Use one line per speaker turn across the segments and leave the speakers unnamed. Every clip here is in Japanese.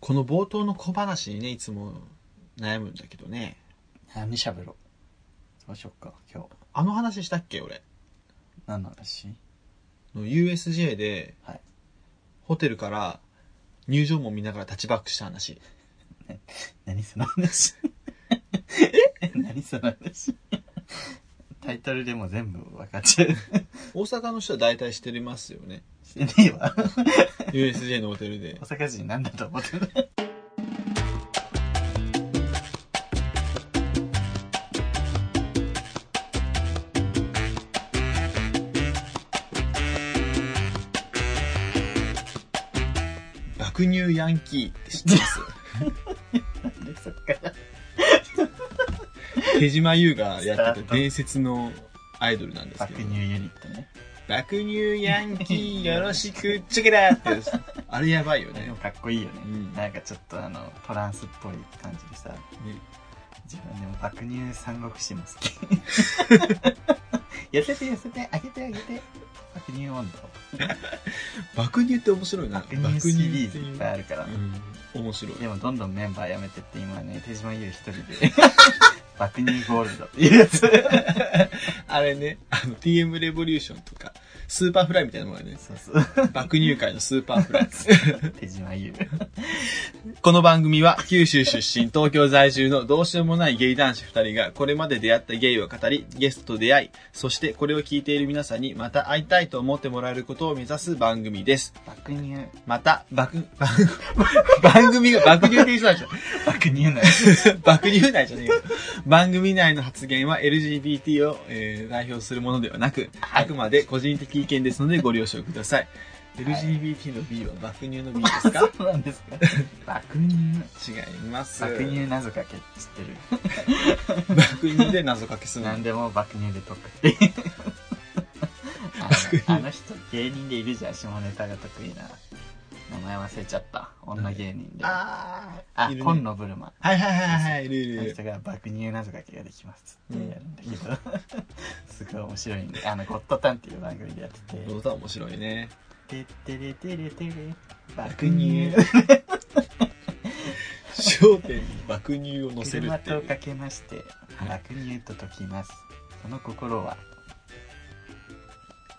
この冒頭の小話にね、いつも悩むんだけどね。
何しゃべろうどうしよっか今日
あの話したっけ俺。
何の話
の USJ で、
はい
ホテルから入場も見ながらタッチバックした話。
何その話え何その話タイトルでも全部分かっちゃう
大阪の人は大体知ってますよね。
してねえわ
USJ のホテルで
大。阪人なんだと思ってる
爆乳ヤンキーって知ってます。
でそっから
手島優がやってた伝説のアイドルなんですけ
爆
ど
乳。ユニットね
爆乳ヤンキーよろしく、チュケラーってやつ。 あれやばいよ
で
ね
も。かっこいいよね、
うん
なんかちょっとあのトランスっぽい感じでさ
ね
自分でも爆乳三国志も好 き痩せて痩せてあげてあげて爆乳温度
爆乳って面白いな。
爆乳シリー
って
ズ
いう
いっぱいあるから、
うん、面白い。
でもどんどんメンバー辞めてって今ね手島優一人 で爆乳ゴールドっていうやつそう
あれね、あの、TM レボリューションとか、スーパーフライみたいなものがね、
そう
爆乳界のスーパーフラ イ。
手島優
この番組は、九州出身、東京在住のどうしようもないゲイ男子二人が、これまで出会ったゲイを語り、ゲストと出会い、そしてこれを聞いている皆さんに、また会いたいと思ってもらえることを目指す番組です。
爆乳
また、爆、 番組が爆乳って言いそうでしょ
爆乳なの
爆乳内じゃねえよ。番組内の発言は LGBT を、えー代表するものではなく、あくまで個人的意見ですのでご了承ください。LGBT の B は爆乳の B ですか
そうなんですか爆乳
違います。
爆乳謎かけ知ってる
爆乳で謎かけする
何でも爆乳で解くっていうあのあの人芸人でいるじゃん下ネタが得意な名前忘れちゃった女芸人であ
あーいるね
紺野ブルマ
はいはいはいはい、いるい
そ
る
の
いる
人。が爆乳謎かけができますってやるんだけど、 すごい面白いんであの「ゴッドタン」っていう番組でやってて
ロータ面白いね。
「てってれてれてれ爆
爆
乳
乳」焦点に爆乳を
「
乗せる
車
ってい
と
う
か。けまして
はい
爆乳と解きますその心は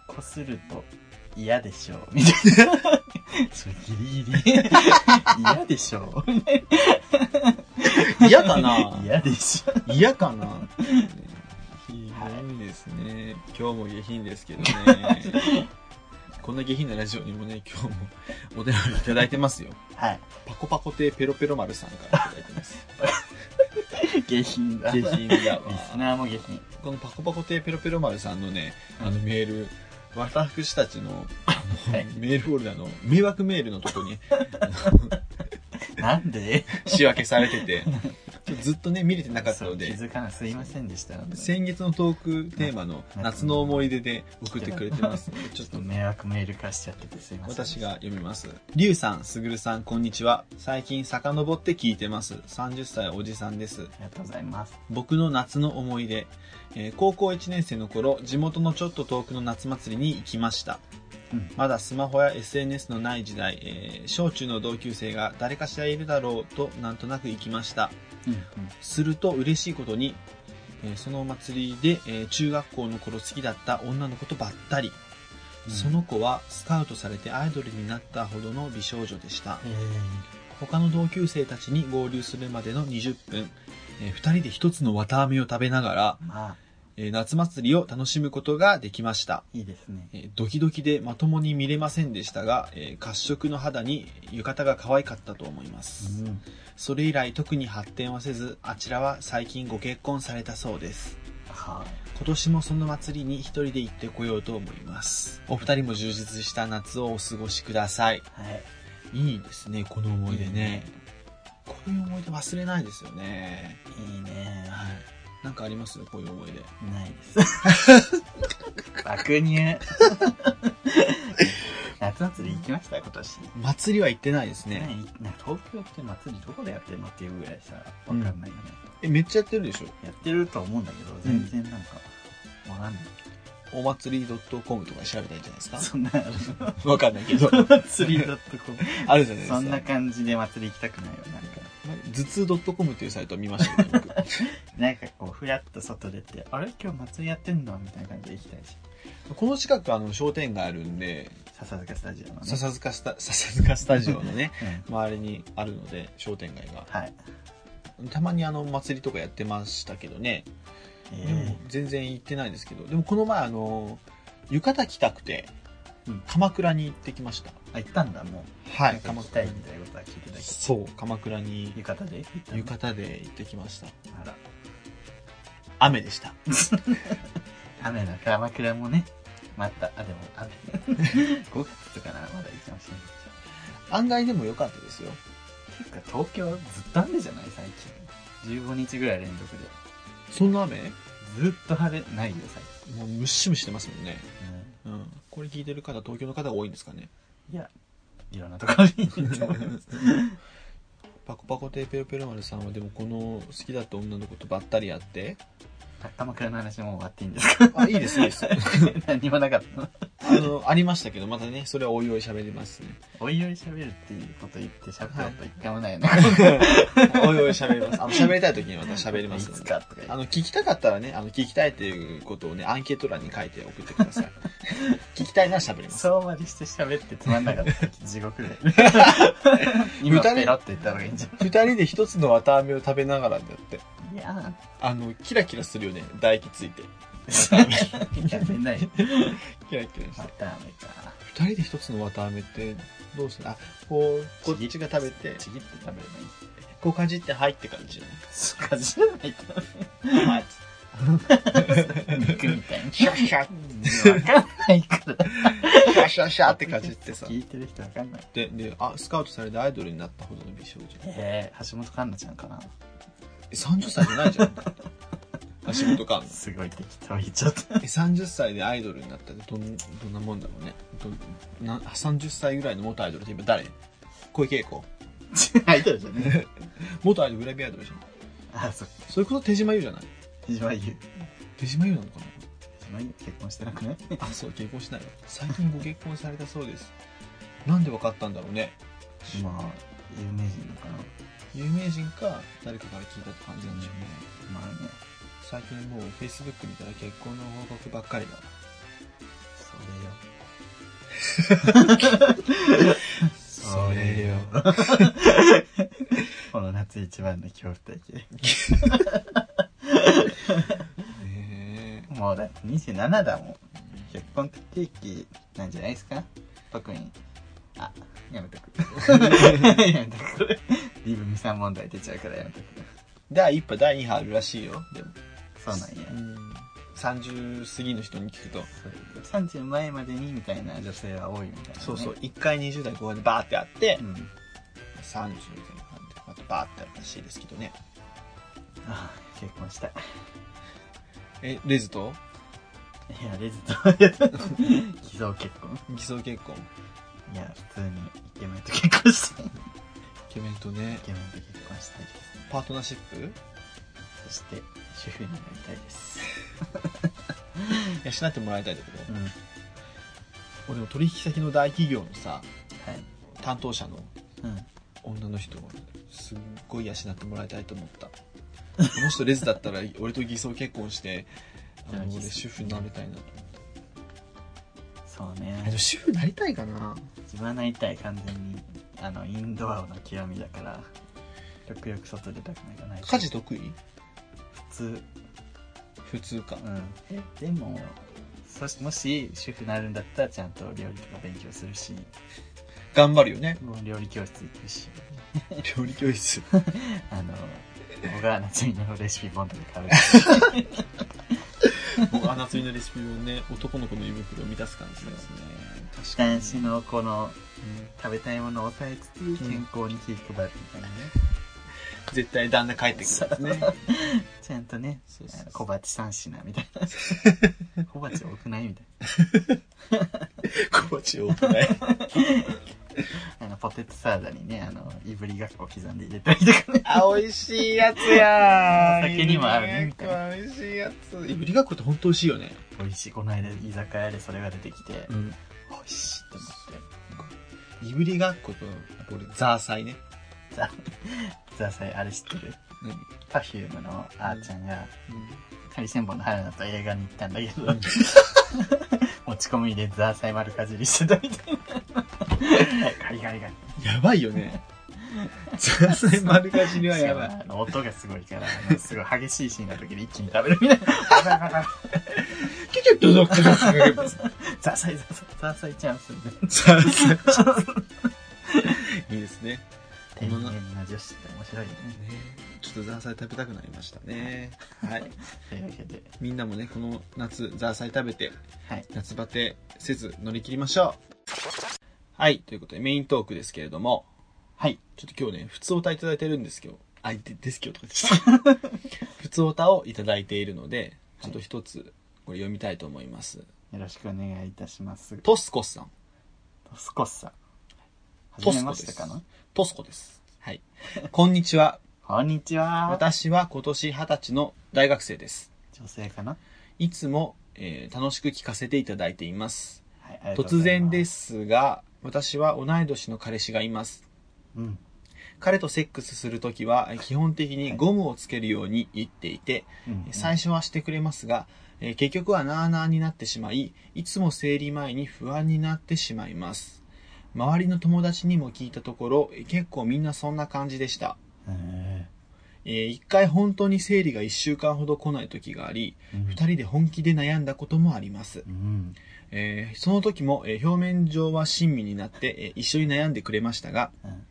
こすると嫌でしょう」みた いなそれギリギリ嫌でしょう
嫌かな
嫌でしょ
嫌かなひどいですね。今日も下品ですけどね。 こんな下品なラジオにもね、今日もお便りいただいてますよ。
はい
パコパコ亭ペロペロ丸さんからいただいてます。
下品だ
下品だ
リス
わ。
ナーも下品
このパコパコ亭ペロペロ丸さんのね、あのメール、私たちのあの
はい
メールフォルダの迷惑メールのとこに
なんで
仕分けされてて、ちょっとずっとね、見れてなかったの
そう
で
気、づかないすいませんでしたち
先月のトークテーマの夏の思い出で送ってくれてますので、ち
ょ
ょ
っ
っと
と迷惑メール化しちゃっててすいません
私が読みます。りゅうさん、すぐるさん、こんにちは。最近遡って聞いてます。30歳おじさんです。
ありがとうございます
僕の夏の思い出。えー高校1年生の頃、地元のちょっと遠くの夏祭りに行きました。
うん
まだスマホや SNS のない時代、えー小中の同級生が誰かしらいるだろうとなんとなく行きました。
うんうん
すると嬉しいことに、えーそのお祭りで、えー中学校の頃好きだった女の子とばったり、
うん
その子はスカウトされてアイドルになったほどの美少女でした
え
他の同級生たちに合流するまでの20分、え2人で1つの綿あめを食べながら、
ー、まあ
えー夏祭りを楽しむことができました
いいですね
えードキドキでまともに見れませんでしたが、えー褐色の肌に浴衣が可愛かったと思います、
うん
それ以来特に発展はせず、あちらは最近ご結婚されたそうです。
は
今年もその祭りに一人で行ってこようと思います。お二人も充実した夏をお過ごしください。
いはい
いいですね、この思い出
いい
ね。こういう思い出忘れないですよね。
いいね
はい。なんかありますこういう思い出。
ないです爆乳 夏祭り行きました今年
祭りは行ってないですね。
ねな東京って祭りどこでやってるのっていうぐらいさわかんないよね、
え、めっちゃやってるでしょ
やってると思うんだけど全然なんか、わかんない
お祭り .com とかで調べたらいいんじゃないですか
そんな、あ る
わかんないけど。
釣りだとこう。
あるじゃないですか。
そんな感じで祭り行きたくないよ、なんか。
頭痛 .com っていうサイトを見ましたけど、僕
なんかこう、ふやっと外出て、あれ今日祭りやってんのみたいな感じで行きたいし。
この近くあの商店街あるんで、
笹塚スタジオのね。
笹塚スタ、笹塚スタジオのね、
うん
周りにあるので、商店街が。
はい。
たまにあの、祭りとかやってましたけどね。でも
え
全然行ってないですけど、でもこの前あの、浴衣着たくて
うん、
鎌倉に行ってきました。
ー、あ、行ったんだ、もう。
はい、
行
鎌
きた
倉
い
に
み。たいなことは聞いてたけど。
そう、鎌倉に
浴衣で行ったの
浴衣で行ってきました。
あら。
雨でした。
雨の鎌倉もね。また、あ、でも雨。5月とかな、まだ行きましょう。
案外でも良かったですよ。
結構東京ずっと雨じゃない最近。15日ぐらい連続で。
そんな雨
ずっと晴れないよ、最
もうムシムシしてますもんね。
近。うん
うん。これ聞いてる方、東京の方が多いんですかね。
いや、いろんなところにいると思います。
パコパコ亭ペロペロ丸さんはでもこの好きだった女の子とばったり会って。
あ鎌倉の話もう終わっていいんですか
あ、いいです、いいです。
何もなかったの。
あの、 ありましたけど、またね、それはおいおい喋り ますね。
おいおい喋るっていうこと言って喋ったこと一回もないよ ね。
おいおい喋ります。あの、喋りたい時にまた喋ります
い
の
つ
で。
かとか言
あ
っ
の、聞きたかったらね、あの、聞きたいっていうことをね、アンケート欄に書いて送ってくだ さい。聞きたいなら喋り
て。
ます。
そうまでして喋ってつまんなかった時地獄で。 今
今
ペロって言った方がいいんじゃ
二人で一つの綿あめを食べながらだって。
ん。いや
あの、キラキラするよね、唾液ついて。
ー。やめないよ。
キラキラして
ま。た雨か。
二人で一つの綿あめって、どうするあ、こう、こっちが食べて、
ちぎって食べればいい。
こうかじってはいって感じじゃない
そうかじらないと。
はい。
肉みた いに。
シャッシャッ、
わかんないか
シャッ
ら。
シャッシャッってかじってさ。
聞いてる人わかんない。
で、で、あ、スカウトされてアイドルになったほどの美少女。
えー、橋本環奈ちゃんかな。
え、30歳じゃないじゃ ん。あ仕事か。
すごい適当言っち ゃった。
え、30歳でアイドルになったってどん、どんなもんだろうね。どな30歳ぐらいの元アイドルって今誰小池栄子。
アイドルじゃねえ。
元アイドル、グラビアアイドルじゃん。
あ、そっか。
それこそ手島優じゃない
手島優。手
手島優なのか
島優結婚してなくない
な あ、そう、結婚しないの。最近ご結婚されたそうです。なんでわかったんだろうね。
まあ、有名人だから。
有名人か、誰かから聞いたって感じなんでしょうね。
まあね、
最近もう Facebook 見たら結婚の報告ばっかりだわ。
そ
そ
れよ。
れよ。
この夏一番の恐怖体験。
ね
もうだって27だもん。結婚って定期なんじゃないですか特に。あ、やめと く。やめとく。これリブミさん問題出ちゃうからやめとく。
第一波、第二波あるらしいよ。でも。
そうなんや。
うん。30過ぎの人に聞くと、
30前までにみたいな女性は多いみたいな、ね。
そうそう、。1回20代後半でバーってあって
う、ん。
30みたいな感じで、またバーってあるらしいですけどね。
あ結婚したい。
え、レズと
いや、レズと、 偽造結婚。
偽装結婚。
いや、普通にイケメンと結婚したい。イ
イケメンとね、
ケメンと結婚したいです。
パートナーシップ
そして、主婦になりたいです。
養ってもらいたいんだけど、
うん。はい。
俺も取引先の大企業のさ、担当者の
うん。
女の人をすっごい養ってもらいたいと思 った。この人レズだったら俺と偽装結婚して、あの俺主婦になりたいなと思った。
そう
あで
ね
も。主婦になりたいかな
自分はなりたい、完全に。あの、インドアの極みだから、よくよく外出たくないかない。
家事得意
普通。
普通か。
うん。でも、そしもし主婦になるんだったらちゃんと料理とか勉強するし、
頑張るよね。
もう料理教室行くし、
料理教室。
あの、小川夏美のレシピ本とか買うし。
僕、アナツミのレシピをね、男の子の胃袋を満たす感じですね。確
男子のこの
うん
食べたいものを抑えつつ健康に気配るみたいなね、
絶対旦那帰ってくるやつね。
ちゃんとね
そう
あ の小鉢三品みたいな小鉢多くないみたい
小鉢多くない。
なあのポテトサラダにねあのいぶりがっこ刻んで入れたりと かね
あ、美味しいやつや
お酒にも合う
い
ね
ぶりがっこ美味しいやつ。いぶりがっこって本当美味しいよね。
美味しいこの間居酒屋でそれが出てきて、
うん。
美味しいって
いぶりがっこと、あと俺、ザーサイね。
思ってザザーサイあれ知ってる
何
Perfume のあーちゃんがハリセンボンの春菜と映画に行ったんだけど、
うん
持ち込みでザーサイ丸かじりしてたみたいなガリガリガリ
やばいよ ね。ザーサイ丸かじりは
しか
や
も
ば い。
あの音がすごいからあのすごい激しいシーンの時に一気に食べるみ たいなバタバタ
キュキュッとどっかがすぐ
ザーサイザーサイザーサイチャンスみたいな
ザーサイチャンス。いいですね。
天然な女子って面白いよね
ねちょっとザーサイ食べたくなりましたね。はい。
というわけで
みんなもね、この夏、ザーサイ食べて、
はい
夏バテせず乗り切りましょう。はい。ということで、メイントークですけれども、
はい
ちょっと今日ね、普通歌いただいてるんですけど、あ、でですけどとか言ってた 普通歌をいただいているので、ちょっと一つ、これ読みたいと思います。
よろしくお願いいたします
トスコさん。
トスコさん
ト
はじ
ス
め
コ
ま
で
し
す
たかな
トスコです。はい。こんにちは。
こんにちは
私は今年二十歳の大学生です。
女性かない
つも、えー楽しく聞かせていただいています。
はいありがとうご
突
ざい
然
ま
ですが、私は同い年の彼氏がいます。
うん
彼とセックスするときは、えー基本的にゴムをつけるように言っていて、
うん
最初はしてくれますが、えー結局はなあなあになってしまい、いつも生理前に不安になってしまいます。周りの友達にも聞いたところ、えー結構みんなそんな感じでした。
うん
えー一回本当に生理が一週間ほど来ない時があり、
うん
二人で本気で悩んだこともあります。
うん
えーその時も、えー表面上は親身になって、えー一緒に悩んでくれましたが、
うん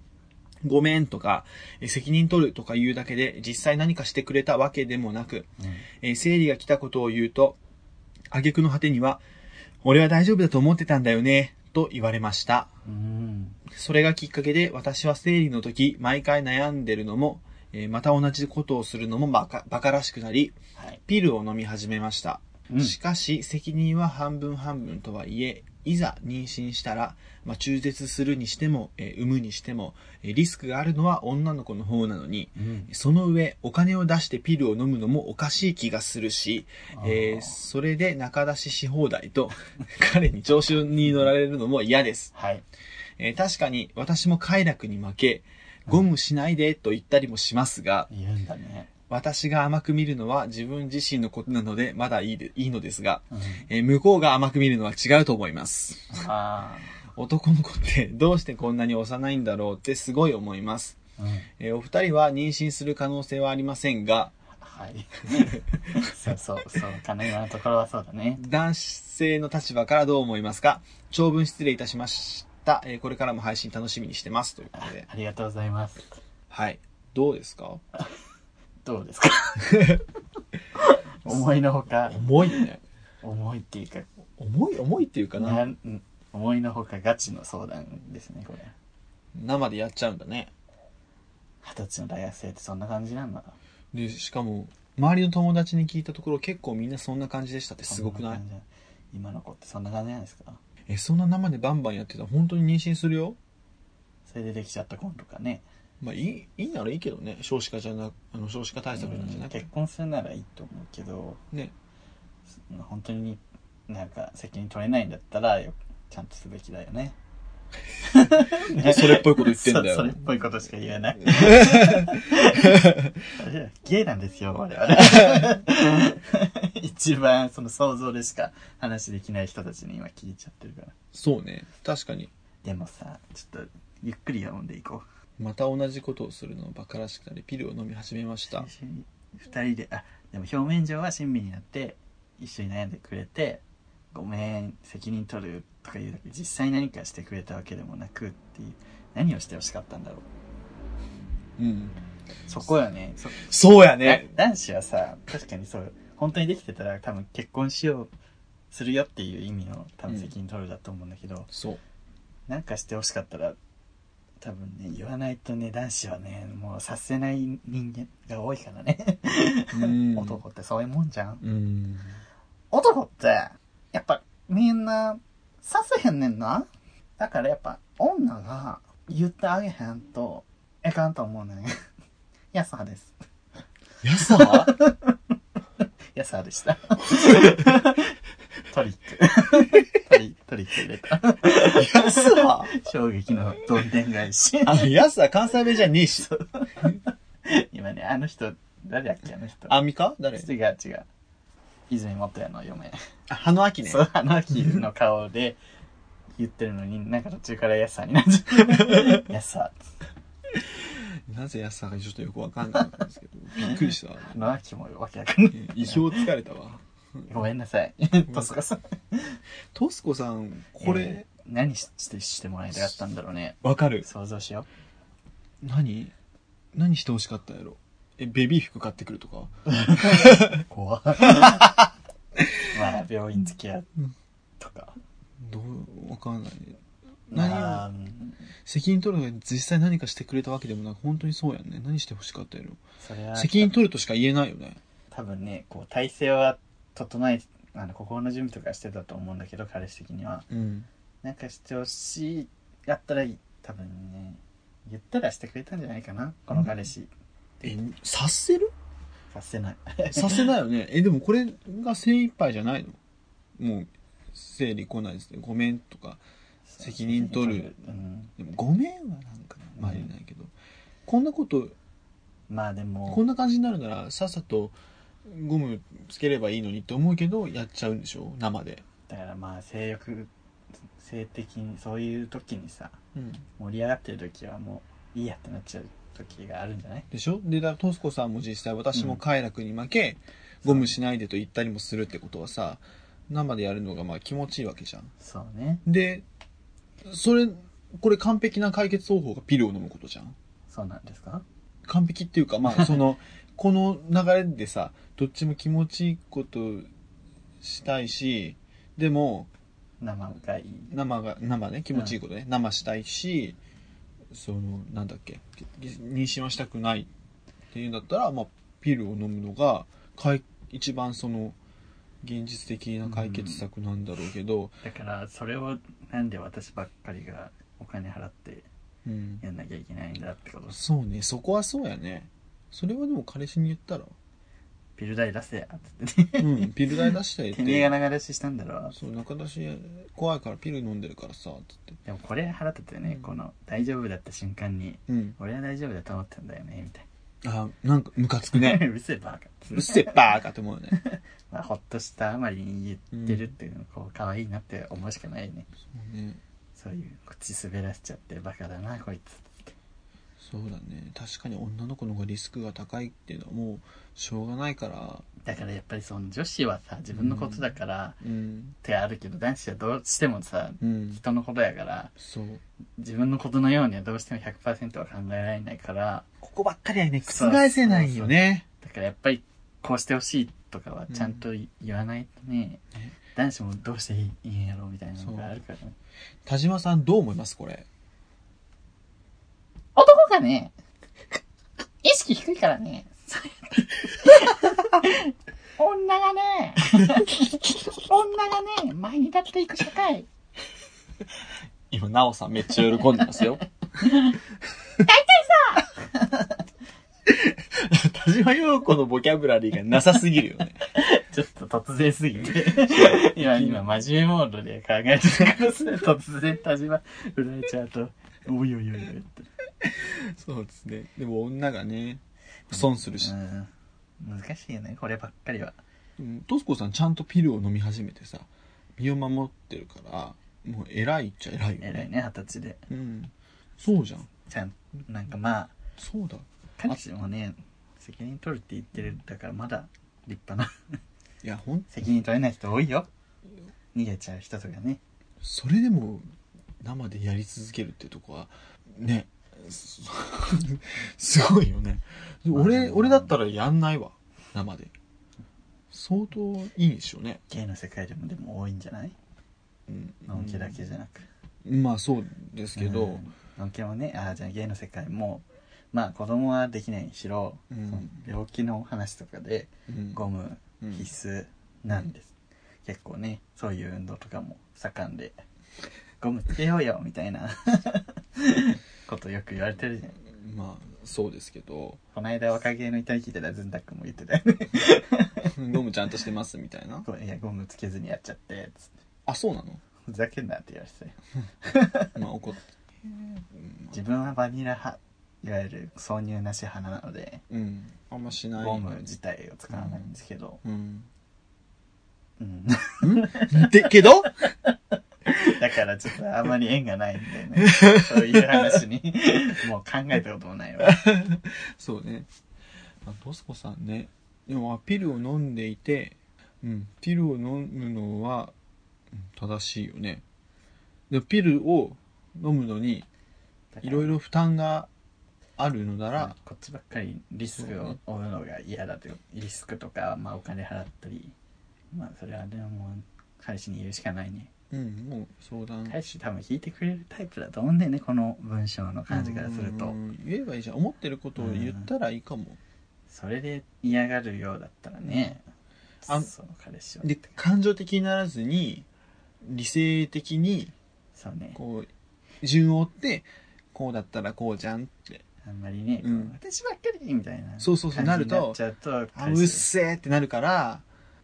ごめんとか、えー責任取るとか言うだけで、実際何かしてくれたわけでもなく、
うん
えー生理が来たことを言うと、挙句の果てには、俺は大丈夫だと思ってたんだよね、と言われました。
うん
それがきっかけで、私は生理の時、毎回悩んでるのも、えーまた同じことをするのもバカ、バカらしくなり、
はい
ピルを飲み始めました。
うん
しかし、責任は半分半分とはいえ、いざ妊娠したら、まあ、中絶するにしても、えー産むにしても、えーリスクがあるのは女の子の方なのに、
うん
その上、お金を出してピルを飲むのもおかしい気がするし、えー
あー
それで仲出しし放題と、 彼に調子に乗られるのも嫌です。
はい
えー確かに、私も快楽に負け、ゴムしないでと言ったりもしますが、
言うんだね
私が甘く見るのは自分自身のことなので、まだいいでいいのですが、
うん
えー向こうが甘く見るのは違うと思います。
あ
男の子ってどうしてこんなに幼いんだろうってすごい思います。
ーうん
えーお二人は妊娠する可能性はありませんが、
はい。 そうそう、そうかな、今のところはそうだね。
男性の立場からどう思いますか長文失礼いたしました。えーこれからも配信楽しみにしてます。ということで。
ありがとうございます。
はい。どうですか
どうです か思いのほか、
重いね。
重いっていうか、
重い、重いっていうか
な
な。
ん思いのほかガチの相談ですね、これ。
生でやっちゃうんだね。
二十歳の大学生ってそんな感じなんだ。
で、しかも、周りの友達に聞いたところ結構みんなそんな感じでしたってすごくない
そん感じ今の子ってそんな感じなんですか
え、そんな生でバンバンやってたら本当に妊娠するよ
それでできちゃった婚とかね。
まあいい、いいならいいけどね。少子化じゃな、あの、少子化対策なんじゃ
う
なんく
結
て。
婚するならいいと思うけど、
ね。
本当になんか責任取れないんだったらよちゃんとすべきだよね
それっぽいこと言ってんだよ
そそれっぽいことしか言えない ゲイなんですよ我 々一番その想像でしか話できない人たちに今聞いちゃってるから
そうね。確かに。
でもさちょっとゆっくり読んでいこう
また同じことをするのをバカらしくなり、ピルを飲み始めました。
一緒に二人であでも表面上は親身になって一緒に悩んでくれてごめん責任取るとか言うだけ実際何かしてくれたわけでもなくっていう何をしてほしかったんだろう
うん。
そこよねそ
そうや
え。男子はさ確かにそう本当にできてたら多分結婚しようするよっていう意味の多分責任取るだと思うんだけど、
そう。
なんかしてほしかったら多分ね言わないとね男子はねもうさせない人間が多いからね、
うん
男ってそういうもんじゃん
うん。
男ってやっぱみんなさせへんねんなだからやっぱ女が言ってあげへんといかんと思うねん やさです
やさ
やさでした トリック。 トリ、トリック入れた。
やすは、
衝撃のどんでん返し。
あの、やすは関西弁じゃねえし。
今ね、あの人、誰だっけあの人。
アンミカ誰
違う違う。泉元也の嫁。
あ、ハノアキね
そ。う、あの秋の顔で言ってるのに、なんか途中からやさになっちゃ う。やさ、
なぜやすさかちょっとよくわかんないんですけど、びっくり したわ。
あの秋もわけわかんない。
意表をつかれたわ。
ごめんなさい。トスカさん。
トスコさん、これ
え、ー何ししてしてもらいたかったんだろうね。
わ、かる。
想像しよ
何何してほしかったんやろえ、ベビー服買ってくるとか
う。 怖まあ、病院付き合うとか。
どう、わかんない。
まあ
何を、
うん
責任取るのに実際何かしてくれたわけでもなく、本当にそうやんね。何してほしかったんやろ
それは
責任取るとしか言えないよね。
多分ね、こう、体勢は整え、あの、心の準備とかしてたと思うんだけど、彼氏的には。
うん。
なんかしてほしいやったらいい多分ね言ったらしてくれたんじゃないかなこの彼氏
え、察せる
させない
させないよね。 え、でもこれが精一杯じゃないのもう、整理来ないですね。ごめんとか。責任取る
うん、
でも、ごめんはなんか、まあ言えないけど。こんなこと、
まあでも
こんな感じになるなら、さっさとゴムつければいいのにって思うけど、やっちゃうんでしょ生で。
だからまあ性欲性的にそういう時にさ
うん。
盛り上がってる時はもういいやってなっちゃう時があるんじゃない
でしょで、だからトスコさんも実際私も快楽に負け、ゴムしないでと言ったりもするってことはさ、生でやるのがまあ気持ちいいわけじゃん。
そうね
で、それ、これ完璧な解決方法がピルを飲むことじゃん。
そうなんですか
完璧っていうか、 まあその、この流れでさ、どっちも気持ちいいことしたいし、でも、
生がいい
生が生ね気持ちいいことね、生したいしそのなんだっけけ妊娠はしたくないっていうんだったら、まあ、ピルを飲むのがかい一番その現実的な解決策なんだろうけど、
だからそれをなんで私ばっかりがお金払って
うん
やんなきゃいけないんだってこと
そうねそこはそうやねそれはでも彼氏に言ったら、
ピル代出せやつ ってね
うん、ピル代出してっ
てめえ
て
が流れ出ししたんだろ
そう中出し怖いからピル飲んでるからさつって、
でもこれ腹立ってね、
うん
この大丈夫だった瞬間に
うん、
俺は大丈夫だと思ったんだよねみたい
あなんかムカつく
な
ね
うるせえバカ
うっせえバーカって思うよね
まあほっとしたあまりに言ってるっていうのがこう可愛いなって思うしかないね
そうね
そういう口滑らしちゃってバカだなこいつ
そうだね確かに女の子の方がリスクが高いっていうのはもうしょうがないから
だからやっぱりその女子はさ自分のことだから、
うん
ってあるけど男子はどうしてもさ
うん
人のことやから
そう
自分のことのようにはどうしても100%は考えられないから
ここばっかりはね
そう
覆せないよね
だからやっぱりこうしてほしいとかはちゃんと言わないとね、
ね
男子もどうしていいんやろみたいなのがあるからね
田島さんどう思いますこれ
男がね意識低いからね女がね女がね前に立っていく社会
今奈緒さんめっちゃ喜んでますよ大体さ 田島陽子のボキャブラリーがなさすぎるよね
ちょっと突然すぎて 今今真面目モードで考えてたからそれ突然田島振られちゃうとおいおいおいおいって
そうですねでも女がね損するし、
うん難しいよねこればっかりは
うんトスコさんちゃんとピルを飲み始めてさ身を守ってるからもう偉いっちゃ偉いよね
偉いね二十歳で
うんそうじゃん
ちゃんなんかまあ
そうだ
彼氏もね責任取るって言ってるだからまだ立派な
いやほん
責任取れない人多いよ逃げちゃう人とかね
それでも生でやり続けるってとこはね すすごいよねで俺俺だったらやんないわ生で相当いいんでしょうね
芸の世界でもでも多いんじゃない
うん
のんけだけじゃなく
まあそうですけ
う
ど
んのんけもねああじゃあ芸の世界もまあ子供はできないにしろ、
うん
その病気の話とかで
うん
ゴム
うん
必須なんです、結構ねそういう運動とかも盛んで ゴムつけようよみたいなことよく言われてるじゃん
まあそうですけど、
この間若気の痛い聞いてたらズンタックも言ってたよね
ゴムちゃんとしてますみたいな。
ごめんいやゴムつけずにやっちゃってつって
あ、そうなの
ふざけんなって言われてたよ
まあ怒って。
自分はバニラ派いわゆる挿入なし派なので
うん。あんましない。
ゴム自体を使わないんですけど、
うん。
うん、
で、けど
だからちょっとあんまり縁がないんだよ ねそういう話に もう考えたこと もないわ
そうね。あドスコさんね。でも、ピルを飲んでいて、うん、ピルを飲むのは、うん正しいよね。で、ピルを飲むのに、いろい
ろ
ろ負担があるのなら、
こっちばっかりリスクを負うのが嫌だとリスクとか、まあ、お金払ったりまあそれはでももう彼氏に言うしかないね
うん、もう相談。
彼氏多分引いてくれるタイプだと思うんだよねこの文章の感じからする
う
と
ん言えばいいじゃん。思ってることを言ったらいいかも。
それで嫌がるようだったらね
あ
その彼氏は
で、感情的にならずに、理性的に、
そうね
こう、順を追って、こうだったらこうじゃんって。
あんまりね、
うん
私ばっかりみたいな
そうそうそう
感じに
なると
っちゃうと
あうっせえってなるから、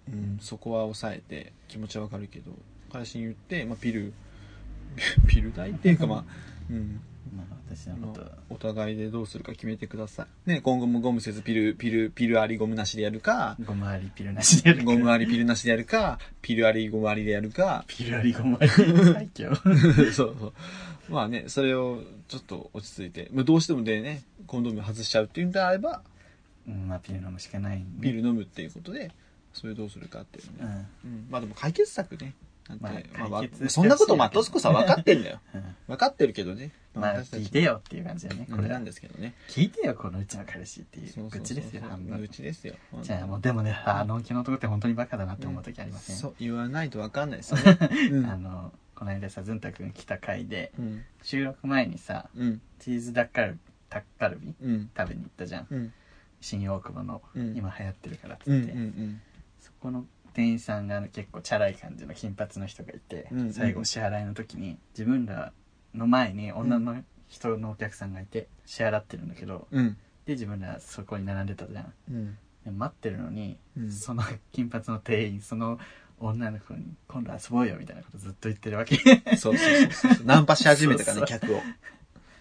うん、そこは抑えて気持ちはわかるけど彼氏に言って、まあ、ピル ピル代っていうかまあ、 うん、
まあ私のこと
お互いでどうするか決めてください、ね、今後もゴムせずピルピルピルありゴムなしでやるか
ゴムありピルなしでやる
ゴム
あ
ありピルなしでやるかピルありゴムありでやるか
ピルありゴムあり 最強
そうそうまあねそれをちょっと落ち着いて、まあ、どうしてもでねコンドーム外しちゃうっていうんであれば
うんまあピル飲むしかないんで
ビール飲むっていうことでそれどうするかっていうの
う
ね、
ん
うん、まあでも解決策ねなんて、
まあ
まあわ
解決策
そんなことまあトスコさん分かってんだよ
うん
分かってるけどね、
まあ
私た
聞い
ち
てよっていう感じだね
こ
こ
れ
れ
な
は
んですけどね
聞いてよこのうちの彼氏ってい
そううそうそう
愚痴ですよ半
う
分
ちですよ
じゃあもうでもねあの気の男って本当にバカだなって思う時ありません、
そう言わないと分かんないですよね
あのこの間さずんたくん来た回で
うんうん
収録前にさ
うん
チーズダッカルタッカルビ
うん
食べに行ったじゃん
うん
新大久保の
うん
今流行ってるからっつって、
うんうん
そこの店員さんが結構チャラい感じの金髪の人がいて、
うんうん
最後支払いの時に自分らの前に女の人のお客さんがいて支払ってるんだけど
うん
で自分らそこに並んでたじゃん
うん
で待ってるのに、
うん
その金髪の店員その女の子に「今度遊ぼうよ」みたいなことずっと言ってるわけ
そうそうそうそうナンパし始めたからね
そう
客を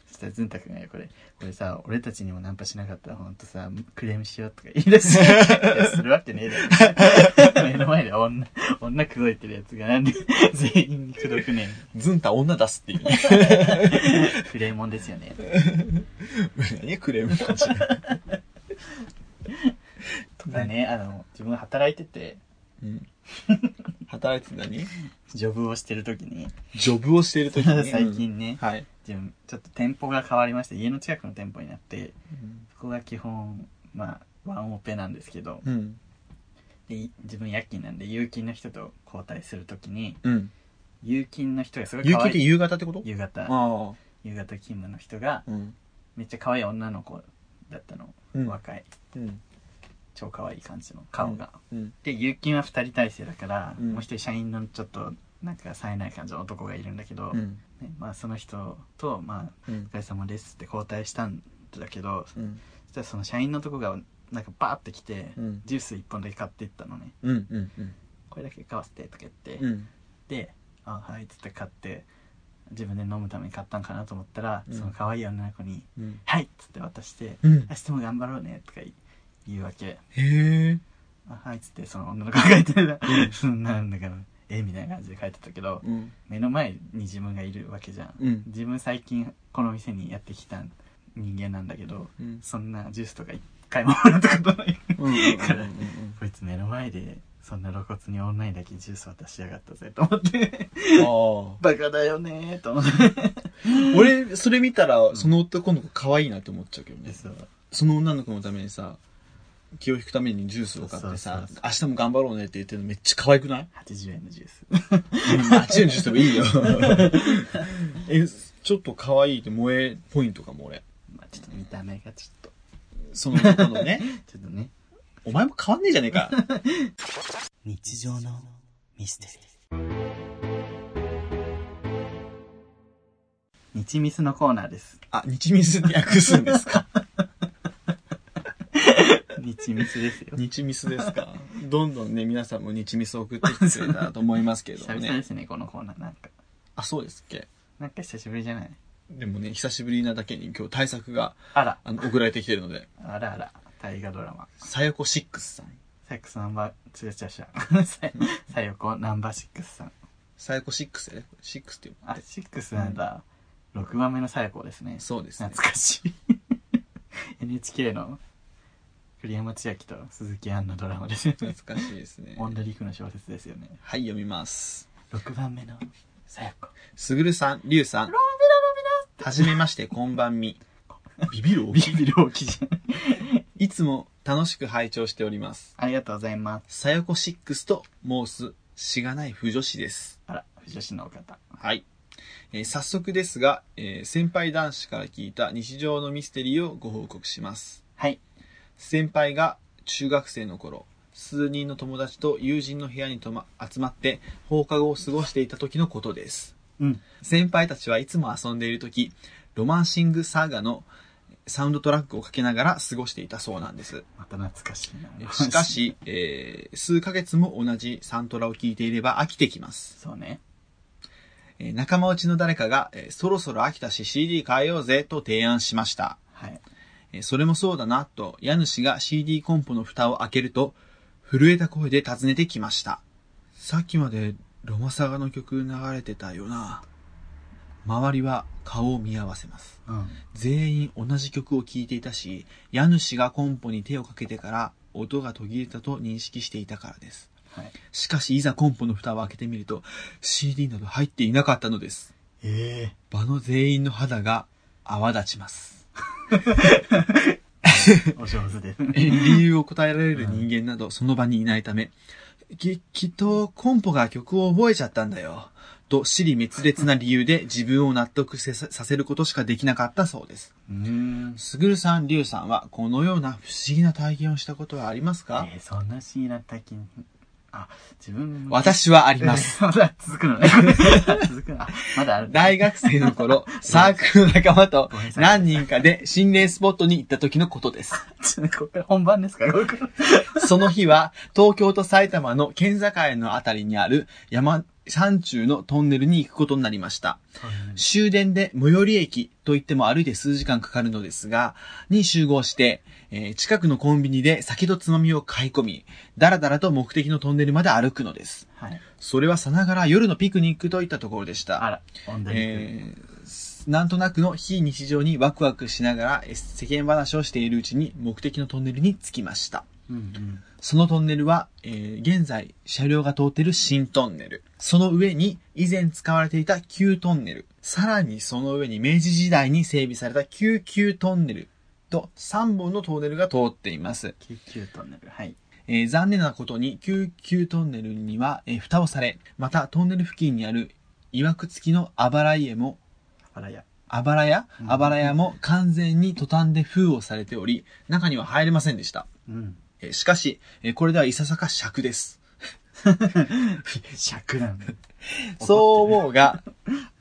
そしたらずんたくんがよこれこれさ俺たちにもナンパしなかったらほんとさクレームしようとか言い出して いやするわけねえだろ 目の前で女女口説いてるやつがなんで 全員に口説くね
ずんた女出すっていうね
えクレーモンですよね
何クレームの感じ
とかねあの自分が働いてて
うん働いて何
ジョブをしてる時に
ジョブをしてる時に
最近ね
うんはい
自分ちょっと店舗が変わりまして家の近くの店舗になってそこが基本まあワンオペなんですけど
うん
で自分夜勤なんで有勤の人と交代するときに
うん。
有勤の人がすごい
有
可
給っ
愛
て
い
夕方ってこと
夕方
あ
夕方勤務の人が
あ。うん。
めっちゃ可愛い女の子だったの、
うん
若い
うん。
超可愛い感じの顔が、
うん。
で有勤は2人体制だから、
うん
もう一人社員のちょっとなんか冴えない感じの男がいるんだけど、
うん。
ねまあ、その人と、ま
う
あ「お
ん。
疲れ様です」って交代したんだけど、
うん。
そしたらその社員のとこがなんかバーって来て、
うん
ジュース1本だけ買っていったのね
うん。うん。うん。
「これだけ買わせて」とか言って、
うん。
で「あはい」っつって買って自分で飲むために買ったんかなと思ったら、
うん
その可愛い女の子に「
うん。
はい」っつって渡して「
うん
明日も頑張ろうね」とか言うわけ
へえ。
「あはい」っつってその女の子が書いてた
うん
「そんなんだからえみたいな感じで書いてたけど
うん。
目の前に自分がいるわけじゃん、
うん
自分最近この店にやってきた人間なんだけど
うん。
そんなジュースとか一回ももらったことない
うん。
からこいつ目の前でそんな露骨に女にだけジュース渡しやがったぜと思って
あ
バカだよねーと思って
あ。俺、それ見たら、その男の子可愛いなって思っちゃうけどね。
そう
その女の子のためにさ、気を引くためにジュースを買って
そう
さ
そうそう、
明日も頑張ろうねって言ってるのめっちゃ可愛くない
80円のジュース
あっちのジュースでもいいよ。え、ちょっと可愛いって萌えポイントかも俺。
まあちょっと見た目がちょっ
その男のね。
とちょっとね
お前も変わんねえじゃねえ か。
日常のミステリー日ミスのコーナーです
あ、日水に訳すんですか
日密です よ
日ミスですか。どんどんね、皆さんも日ミス送ってきてくれたらと思いますけど
久々
ね
で。すねこのコーナーなんか
あ、そうですっけ。
なんか久しぶりじゃない
でもね、久しぶりなだけに今日対策が、
あら
あの、送られてきてるので、
あらあら大河ドラマ
さよこシックスさん。
サイコナンバー違う違 う違うササヨコナンバーシックスさん
さよこシックスで、シックスっていう
あシックスなんだ、六6番目のサヨコですね
そうですね。
懐かしい NHK の栗山千明と鈴木杏のドラマですよね
懐かしいですね。
オンダリークの小説ですよね
はい、読みます。
6番目のさやこ
すぐるさん、りゅうさん。はじめまして、こんば んみ。ビビる
ビビる大きいじゃん
いつも楽しく拝聴しております。
ありがとうございます
さよこシックスと申す、しがない不女子です。
あら女子のお方
はい。えー早速ですが、えー先輩男子から聞いた日常のミステリーをご報告します。
はい
先輩が中学生の頃、数人の友達と友人の部屋にとま集まって放課後を過ごしていた時のことです。
うん
先輩たちはいつも遊んでいる時ロマンシングサーガのサウンドトラックをかけながら過ごしていたそうなんです
また懐かしいな
しかし、えー数ヶ月も同じサントラを聴いていれば飽きてきます、
そうね
えー仲間内の誰かが、えーそろそろ飽きたし CD 変えようぜと提案しました、
はい
えーそれもそうだなと家主が CD コンポの蓋を開けると震えた声で尋ねてきましたさっきまでロマサガの曲流れてたよな周りは顔を見合わせます
うん
全員同じ曲を聴いていたし、家主がコンポに手をかけてから音が途切れたと認識していたからです。
はい
しかしいざコンポの蓋を開けてみると CD など入っていなかったのです。
え
場の全員の肌が泡立ちます。
えお上手ですね
理由を答えられる人間などその場にいないため、き、きっとコンポが曲を覚えちゃったんだよ。と、尻滅裂な理由で自分を納得せささせることしかできなかったそうです。
うーん
すぐるさん、りゅうさんは、このような不思議な体験をしたことはありますか
えー、そんなシーな体験あ自分も
私はあり
えー
ます。
まだ続く のね続くのあまだある
大学生の 頃、サークルの仲間と
ごめんなさい
何人かで心霊スポットに行った時のことです。
ちょっとここから本番ですかここから
その日は、東京と埼玉の県境のあたりにある山、山中のトンネルに行くことになりました。終電で最寄り駅といっても歩いて数時間かかるのですが、に集合して、えー近くのコンビニで酒とつまみを買い込み、だらだらと目的のトンネルまで歩くのです。
はい
それはさながら夜のピクニックといったところでした。
あらオンダリーク
えーなんとなくの非日常にワクワクしながらえー世間話をしているうちに目的のトンネルに着きました。
うんうん
そのトンネルは、えー現在車両が通っている新トンネル。その上に以前使われていた旧トンネル。さらにその上に明治時代に整備された旧旧トンネルと3本のトンネルが通っています。
救急トンネルはい
えー残念なことに、救急トンネルには、えー蓋をされ、またトンネル付近にある、曰く付きのあばら家も、
あらや
あばら屋
うん
あばら屋も完全にトタンで封をされており、中には入れませんでした。
うん
えーしかし、えーこれではいささか尺です。
尺なんだ
そう思うが、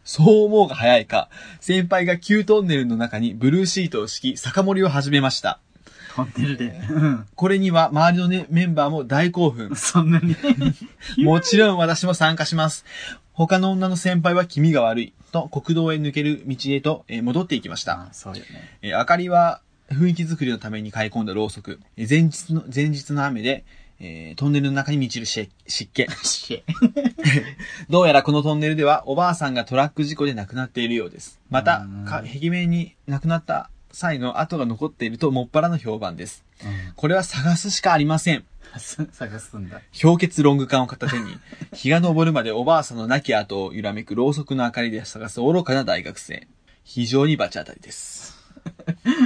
そう思うが早いか、先輩が旧トンネルの中にブルーシートを敷き、酒盛りを始めました。
トンネルでうん
これには周りの、ね、メンバーも大興奮。
そんなに
もちろん私も参加します。他の女の先輩は気味が悪い。と、国道へ抜ける道へと、えー戻っていきました。
あそうよ ね
えー明かりは雰囲気作りのために買い込んだろうそく。えー前日の、前日の雨で、えートンネルの中に満ちるし湿気。
し
どうやらこのトンネルではおばあさんがトラック事故で亡くなっているようです。また
うん、
か壁面に亡くなった際の跡が残っているともっぱらの評判です。
うん
これは探すしかありません。
す探すんだ
氷結ロング缶を片手に、 日が昇るまでおばあさんの亡き後を揺らめくろうそくの明かりで探す愚かな大学生。非常に罰当たり です。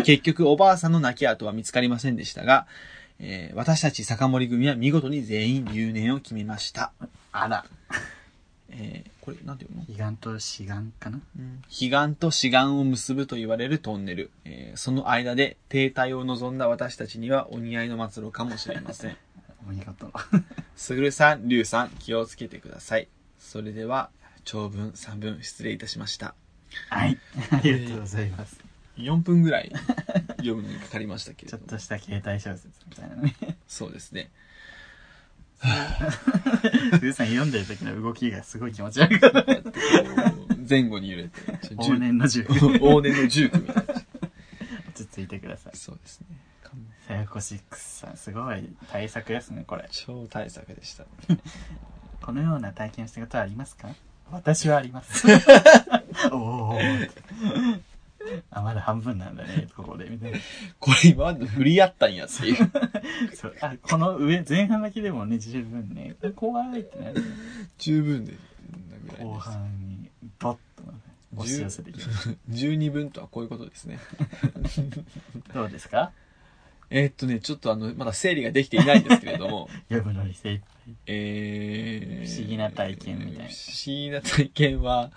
結局、おばあさんの亡き後は見つかりませんでしたが、えー私たち酒盛り組は見事に全員留年を決めました。
あら
えーこれ、なんていうの
悲願と志願かな
悲願と志願を結ぶと言われるトンネル。えーその間で停滞を望んだ私たちにはお似合いの末路かもしれま せん。
お見事
すぐるさん、りゅうさん、気をつけてください。それでは、長文、三文、失礼いたしました。
はいありがとうございます
4分ぐらい読むのにかかりましたけれ
ちょ
ど
っ
も
とした携帯小説みたいな ね
そうですね
鈴さん読んでる時の動きがすごい気持ち悪かった
こう前後に揺れてちょ
往年の銃 落
往年のジュークみたいな
ち着いてください
そうですね
さやこシックスさんすごい対策ですねこれ
超大作でした
このような体験したことはありますか私はありますお おあまだ半分なんだねここでみたいな
これ今まで振り合ったんやっていう
そうあこの上前半だけでもね十分ね怖いってなる
十分でなぐらい
後
です
半にドッとね押し寄せてきます
12分とはこういうことですね
どうですか
えーっとねちょっとあのまだ整理ができていないんですけれど も
呼ぶのに精一杯
えー、
不思議な体験みた
不
いな
思議な体験は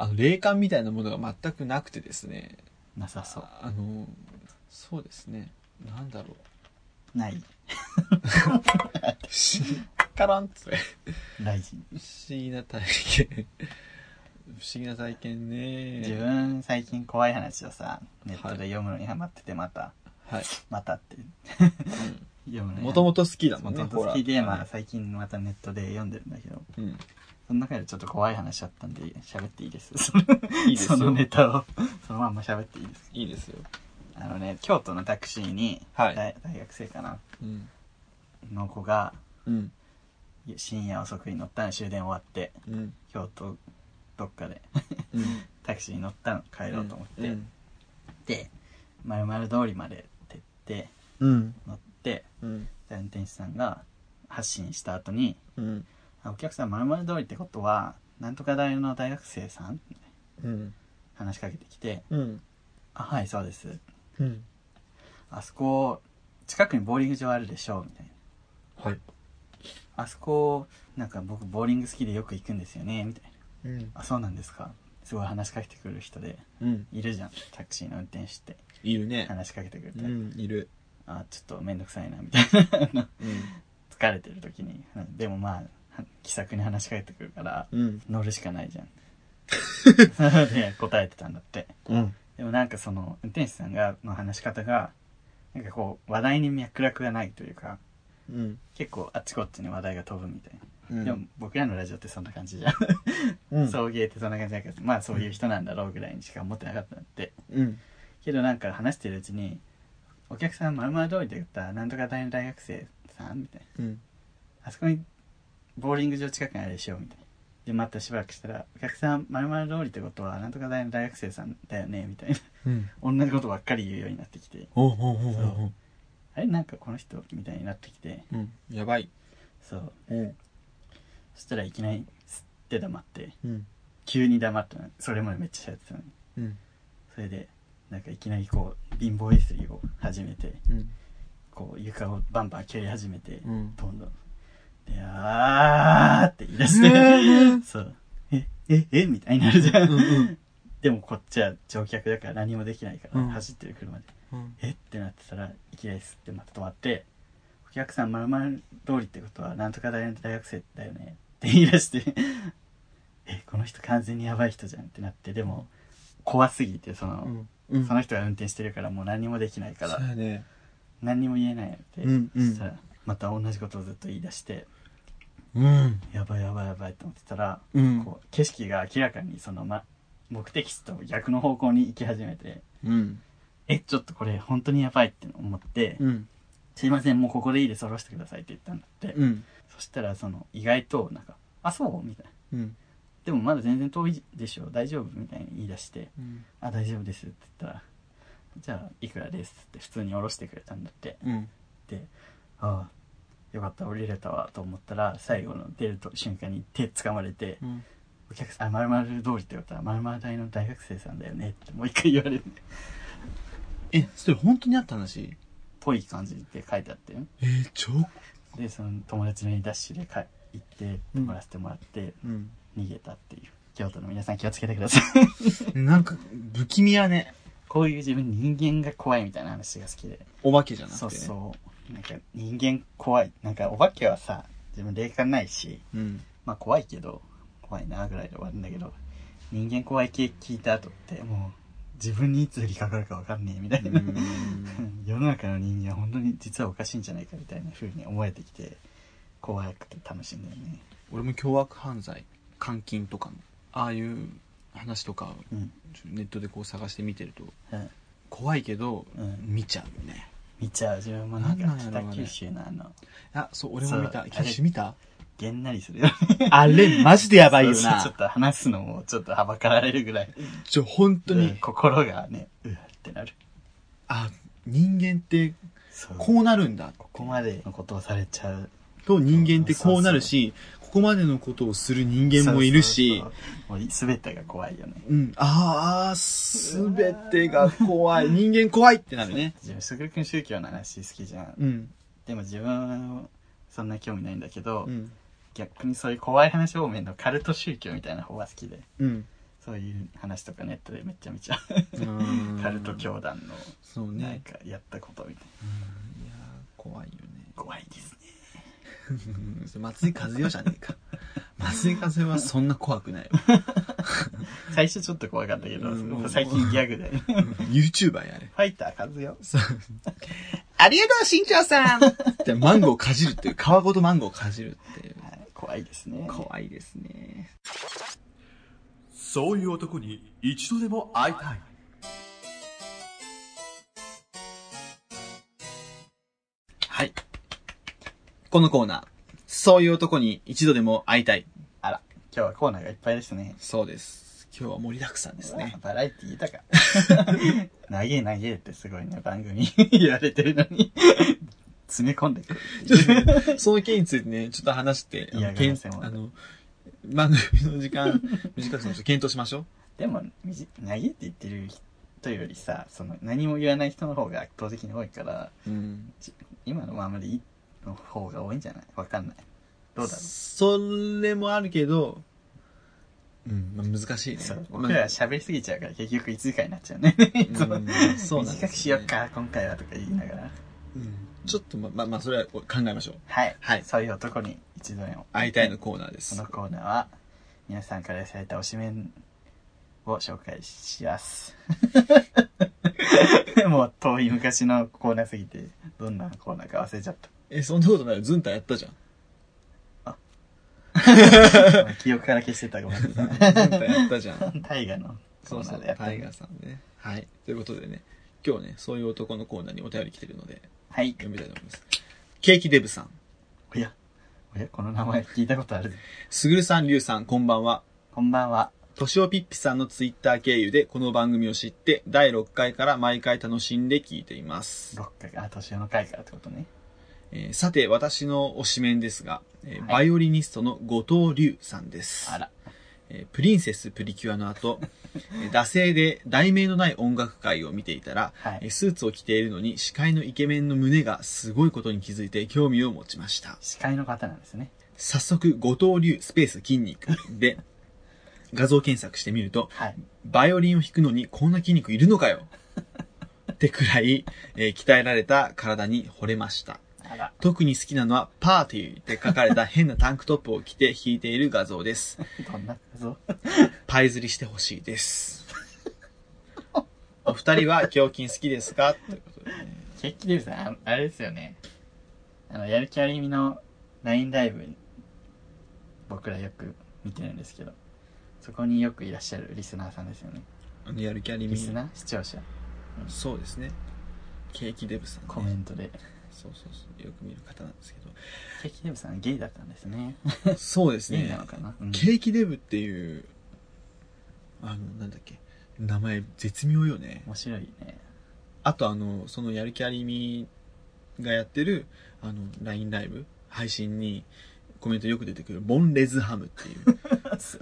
あの霊感みたいなものが全くなくてですね
なさそう
あのそうですねなんだろう
ない
不思議からんっつって
ライジン
不思議な体験不思議な体験ね
自分最近怖い話をさネットで読むのにハマっててまた、
はい
またって 読むのに
もともと好きだも
も
んね
ともと好きで、
ホラー
まあ、最近またネットで読んでるんだけど
うん
その中でちょっと怖い話あったんで喋っていいですその
いいです
その
よ
ネタを そのまんま喋っていいです
いいですよ
あのね京都のタクシーに、
はい
大大学生かな
うん
の子が
うん
深夜遅くに乗ったの終電終わって
うん
京都どっかで
うん
タクシーに乗ったの帰ろうと思って、
うん
で丸々通りまでってって
うん
乗って
うん
で運転手さんが発信した後に
うん
「あお客さん丸々通りってことはなんとか大の大学生さん?」って
うん
話しかけてきて
うん
「あはいそうです
うん
あそこ近くにボーリング場あるでしょ」みたいな
はい
「あそこなんか僕ボーリング好きでよく行くんですよね」みたいな
うん
「あそうなんですか」すごい話しかけてくる人で
うん
いるじゃんタクシーの運転手っ
いる
て
ね
話しかけてくる
う
タイプ
んいる
あちょっと面倒くさいなみたいな
う
疲れてる時にでもまあは気さくに話しかけてくるから
んうん
乗るしかないじゃ ん で答えてたんだって
うん
でもなんかその運転手さんがの話し方がなんかこう話題に脈絡がないというか
うん
結構あっちこっちに話題が飛ぶみたいな、
うん
でも僕らのラジオってそんな感じじゃん、
うん
送迎ってそんな感じだからまあそういう人なんだろうぐらいにしか思ってなかったんだって
うん
けどなんか話してるうちに「お客さんまるまる通りで言ったらなんとか大の大学生さん?」みたいな
うん
「あそこにボーリング場近くにあるでしょ」みたいな。でまたしばらくしたら「お客さんまるまる通りってことはなんとか大の大学生さんだよね」みたいな
うん
同じことばっかり言うようになってきて
おうおうおうおう
「あれなんかこの人」みたいになってきて
うんやばい
そう
うん
そしたらいきなりすって黙って
うん
急に黙ったのそれまでめっちゃやってたのに
うん
それでなんかいきなりこう貧乏ゆすりを始めて
うん
こう床をバンバン蹴り始めて、
うん
どんどん。で、あーって言い出して、そう。え、え、えみたいになるじゃん。
うん
でもこっちは乗客だから何もできないから、
うん
走ってる車で。
うん
えってなってたら、いきなりすってまた止まって、お客さんまるまる通りってことは、なんとか大の大学生だよね。って言い出して、 え、この人完全にやばい人じゃんってなって、でも、怖すぎて、その、
うん
その人が運転してるからもう何もできないか
そう
ら、
やね
何にも言えないって、
うんうん
そしたら、また同じことをずっと言い出して、
うん
やばいやばいやばいと思ってたら、
うん
こう景色が明らかにその、ま、目的地と逆の方向に行き始めて
うん
えちょっとこれ本当にやばいって思って「
うん
すいませんもうここでいいです下ろしてください」って言ったんだって、
うん
そしたらその意外となんか「あそう?」みたいな
うん
「でもまだ全然遠いでしょ大丈夫?」みたいに言い出して
うん
「あ大丈夫です」って言ったら「じゃあいくらです」って普通に下ろしてくれたんだって
うん
で「ああよかった降りれたわ」と思ったら最後の出ると瞬間に手掴まれて、
うん
お客さん、まるまる通りってことは、まるまる大の大学生さんだよねってもう一回言われる。
えそれ本当にあった話
ぽい感じって書いてあって。
えー、超
で、その友達のダッシュでか行って、
うん
もらせてもらって、
うん
逃げたっていう。京都の皆さん気をつけてください。
なんか不気味やね
こういう自分人間が怖いみたいな話が好きで。
お化けじゃなくて
そ
ね
うそう。なんか人間怖い。なんかお化けはさ、自分霊感ないし、
うん
まあ怖いけど、怖いなぐらいで終わるんだけど、人間怖い系聞いた後ってもう、自分にいつ引っかかるかわかんねえみたいな 世の中の人間は本当に実はおかしいんじゃないかみたいな風に思えてきて怖くて楽しいんだよね
俺も凶悪犯罪監禁とかのああいう話とかを
うん
ネットでこう探して見てると
うん
怖いけど、
うん
見ちゃうよね
見ちゃう自分もなんか
なんなんや
北
ろうね
九州のあの
あそう俺も見た
そう
九州見た
げんなりするよ
あれマジでやばいよ
そうそうちょ
な
っと話すのもちょっとはばかられるぐらい
ちょ本当に、
うん心がねうわってなる
あ人間って
そうこ
こうなるんだ
こまでのことをされちゃう
と人間ってこうなるしここまでのことをする人間もいるし
そうそうそうもう全てが怖いよね
うん、ああ、すべてが怖い。人間怖いってなるね。
自分すぐるくん宗教の話好きじゃん
うん。
でも自分はそんな興味ないんだけど、
うん。
逆にそういう怖い話方面のカルト宗教みたいな方が好きで
うん。
そういう話とかネットでめっちゃ見ちゃ
うー
うんカルト教団
そう
のなん
ね。
かやったことみたいな、
いやー怖いよね。
怖いですね
うんそれ松井和代じゃねえか。 松井和代はそんな怖くないよ。
最初ちょっと怖かったけど、
うん
もう最近ギャグでフ
YouTuber やれ。
ァイターカズよ
そう。ありがとう、新庄さんってマンゴーかじるっていう、皮ごとマンゴーかじるっていう。
はい怖いですね
怖いですね。
そういう男に一度でも会いたい。
はい。このコーナー。そういう男に一度でも会いたい。
あら今日はコーナーがいっぱいですね
そうです。今日は盛りだくさんですね。
バラエティ ー豊か。投げ投げってすごいね、番組 言われてるのに。詰め込んでくる。
ちょっとね、 その件についてね、ちょっと話して、あ
いや
の、け
ごめんなんさい
あの番組の時間 短くするのちょっと検討しましょう。
でも、みじ投げって言ってる人よりさ、その何も言わない人の方が圧倒的に多いから、
うん。
今のままでいいの方が多いんじゃないわかんない。どうだろ。
それもあるけど、うん、まあ、難しいうね
そう。
まあ
僕らは喋りすぎちゃうから結局1時間になっちゃうね。 いつも
うんそうなんですね
短くしよっか、今回はとか言いながら。
うんちょっとま、まあ、まあ、それは考えましょう。
はい。
はい
そういう男に一度の
会いたいのコーナーで
こ
す
の。コーナーは皆さんから寄せられた推しメンを紹介します。 もう遠い昔のコーナーすぎて、どんなコーナーか忘れちゃっ
え、そんなことないよ。ズンタやったじゃん。
た。 記憶から消してたごめんなさい。
ズンタやったじゃ ん。
大河のコ
そう
ー
そ
ナー
う
でや、った
タイガーさんね。はい。ということでね、今日ね、そういう男のコーナーにお便り来てるので、
はい。
読みたいと思います。ケーキデブさん。
おや、おや、この名前聞いたことある。
すぐるさん、りゅうさん、こんばんは。
こんばんは。
としおぴっぴさんのツイッター経由でこの番組を知って、第6回から毎回楽しんで聞いています。
六回、あ、年上の回からってことね。
えーさて、私の推しメンですが、えー
はい
バイオリニストの後藤龍さんです。
あら、
えープリンセスプリキュアの後、えー惰性で題名のない音楽会を見ていたら、
はい
えースーツを着ているのに司会のイケメンの胸がすごいことに気づいて興味を持ちました。
司会の方なんですね。
早速、後藤流スペース筋肉で画像検索してみると、
はい。
バイオリンを弾くのにこんな筋肉いるのかよってくらい、えー鍛えられた体に惚れました。
あら、
特に好きなのはパーティーって書かれた変なタンクトップを着て弾いている画像です。
どんなぞ。
パイ釣りしてほしい です。お二人は胸筋好きですかということでね。
ケーキデブさん、ああれですよね。あの、やる気ありみの LINE ライブ、僕らよく見てるんですけど、そこによくいらっしゃるリスナーさんですよね。
あのやる気ありみ
リスナー視聴者、
そうですね。ケーキデブさん、ね。
コメントで。
そうそうそう。よく見る方なんですけど。
ケーキデブさんゲイだったんですね。
そうです
ゲイ
ね
な。のかな、うん
ケーキデブっていう、あの、なんだっけ、名前絶妙よね。
面白い ね。
あとあの、そのやる気ありみがやってる、あの、LINE ライブ、配信にコメントよく出てくる、ボンレズハムって いう。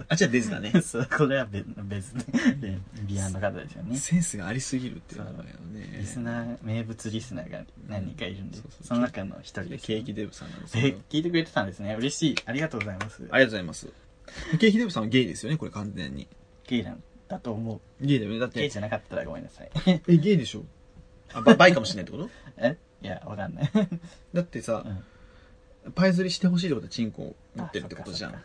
あ、じゃあデズだね。
そう、これは別別で、ビアンの方ですよね。
センスがありすぎるっていうのがね。
リスナー、名物リスナーが何人かいるんで、
そうそう
その中の一人
で
です、
ケ
ね。
ーキデブさんなんですけ
え
ど。
聞いてくれてたんですね。嬉しい。ありがとうございます。
ありがとうございます。ケーキデブさんはゲイですよね、これ完全に。
ゲイなんだと思う。
ゲイだよね。だっ
ゲイ
て、
じゃなかったらごめんな さい。
え、ゲイでしょあ、ババイかもしれないって こと
えいや、わかんない。
だってさ
う、ん
パイ釣りしてほしいってことはチンコを持ってるってことじゃ
あそ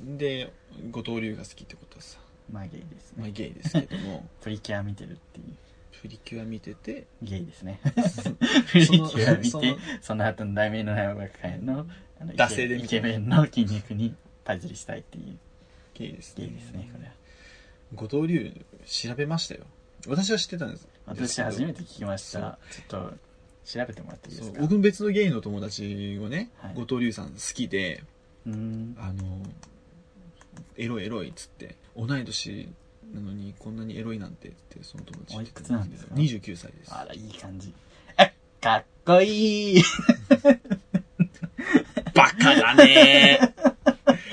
っ
ん。で、後藤龍が好きってことはさ、
まあゲイです
まあ
ね
ゲイですけど も、
プリキュア見てるっていう
プリキュア見てて、
ゲイですね プリキュア見て
そ
そ
の
の後の題名のない音楽会のあのイケ
惰性で見
イ
て
ケメンの筋肉にパズりしたいっていう
ゲイです
ゲイですねこれは
後藤龍調べましたよ私は知ってたんです
私初めて聞きまし
そう
たちょっと調べてもらっていいで
そう
すか
僕の別のゲイの友達をね、
はい
後藤龍さん好きで
うーん
あのエロいエロいっつって同い年なのにこんなにエロいなんてってその友達
おいくつなんですか
29歳です
あらいい感じあかっこいい
バカだね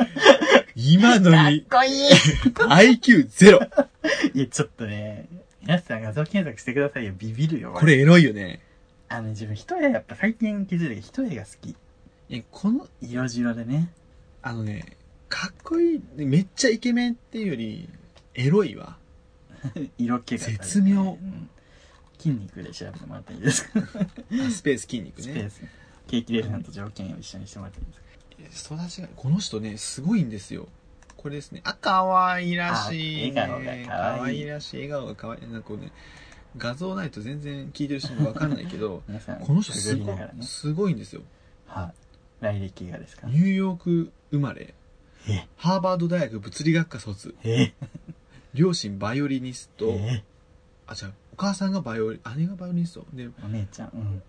今の
かっ
に
こいい
IQ ゼロ
いやちょっとね皆さん画像検索してくださいよビビるよ
これエロいよね
あの自分一重やっぱ最近気づいたけど一重が好き
えこの
色白でね
あのねかっこいいめっちゃイケメンっていうよりエロいわ
色気が
絶妙
うん筋肉で調べてもらっていいで すか、
あスペース筋肉
スペ
ね
ースケーキレールさんと条件を一緒にしてもらっていいですか
育ちがこの人ねすごいんですよこれですねあ可愛いらしい、ね、
あ笑顔が可愛い
可愛らしい笑顔が可愛いなんかこうね画像ないと全然聞いてる人もわかんないけ ど
皆さん
この人す
ググ
ご
り
い
ながらね
すごいんですよ
はい来歴がですか
ニューヨーク生まれ
え
ハーバード大学物理学科卒
え
両親バイオリニスト、
え
あ違うお母さんがバイオリ姉がバイオリニストで
お姉ちゃんうん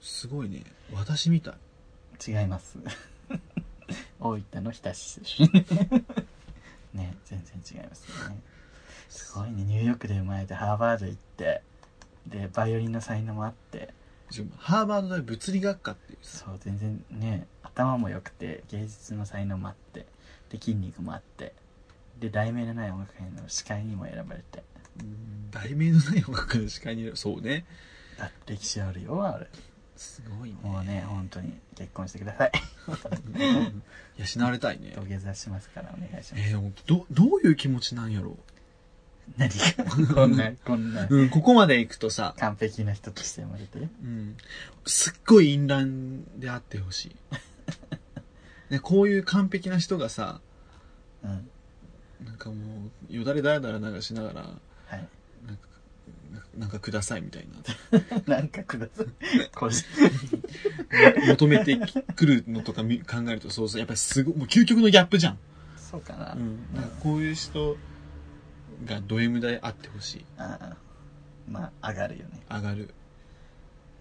すごいね私みたい
違います 大分の日田市出身 ね全然違いますよねすごいねニューヨークで生まれてハーバード行ってでバイオリンの才能もあって
自分ハーバード大学物理学科っていうさ
そう全然ね頭も良くて芸術の才能もあってで筋肉もあってで題名のない音楽会の司会にも選ばれて
題名のない音楽の司会にいるそうね
だ歴史あるよあれ
すごいね
もうね本当に結婚してください
養われたいね
土下座しますからお願いします
えー、でもどどういう気持ちなんやろ
何かこんな こんな
う、うん、ここまで行くとさ、
完璧な人として生まれて
うん、すっごい淫乱であってほしい、ね、こういう完璧な人がさ
うん
なんかもうよだれだらだら流しながらなん
はい
かなんかなんかくださいみたいな
なんかくださいこうし
求めてくるのとかみ考えるとそうそうやっぱりすごいもう究極のギャップじゃん,、
そうかな,、
うん、なんかこういう人がド M であってほしい
ああまあ上がるよね
上がる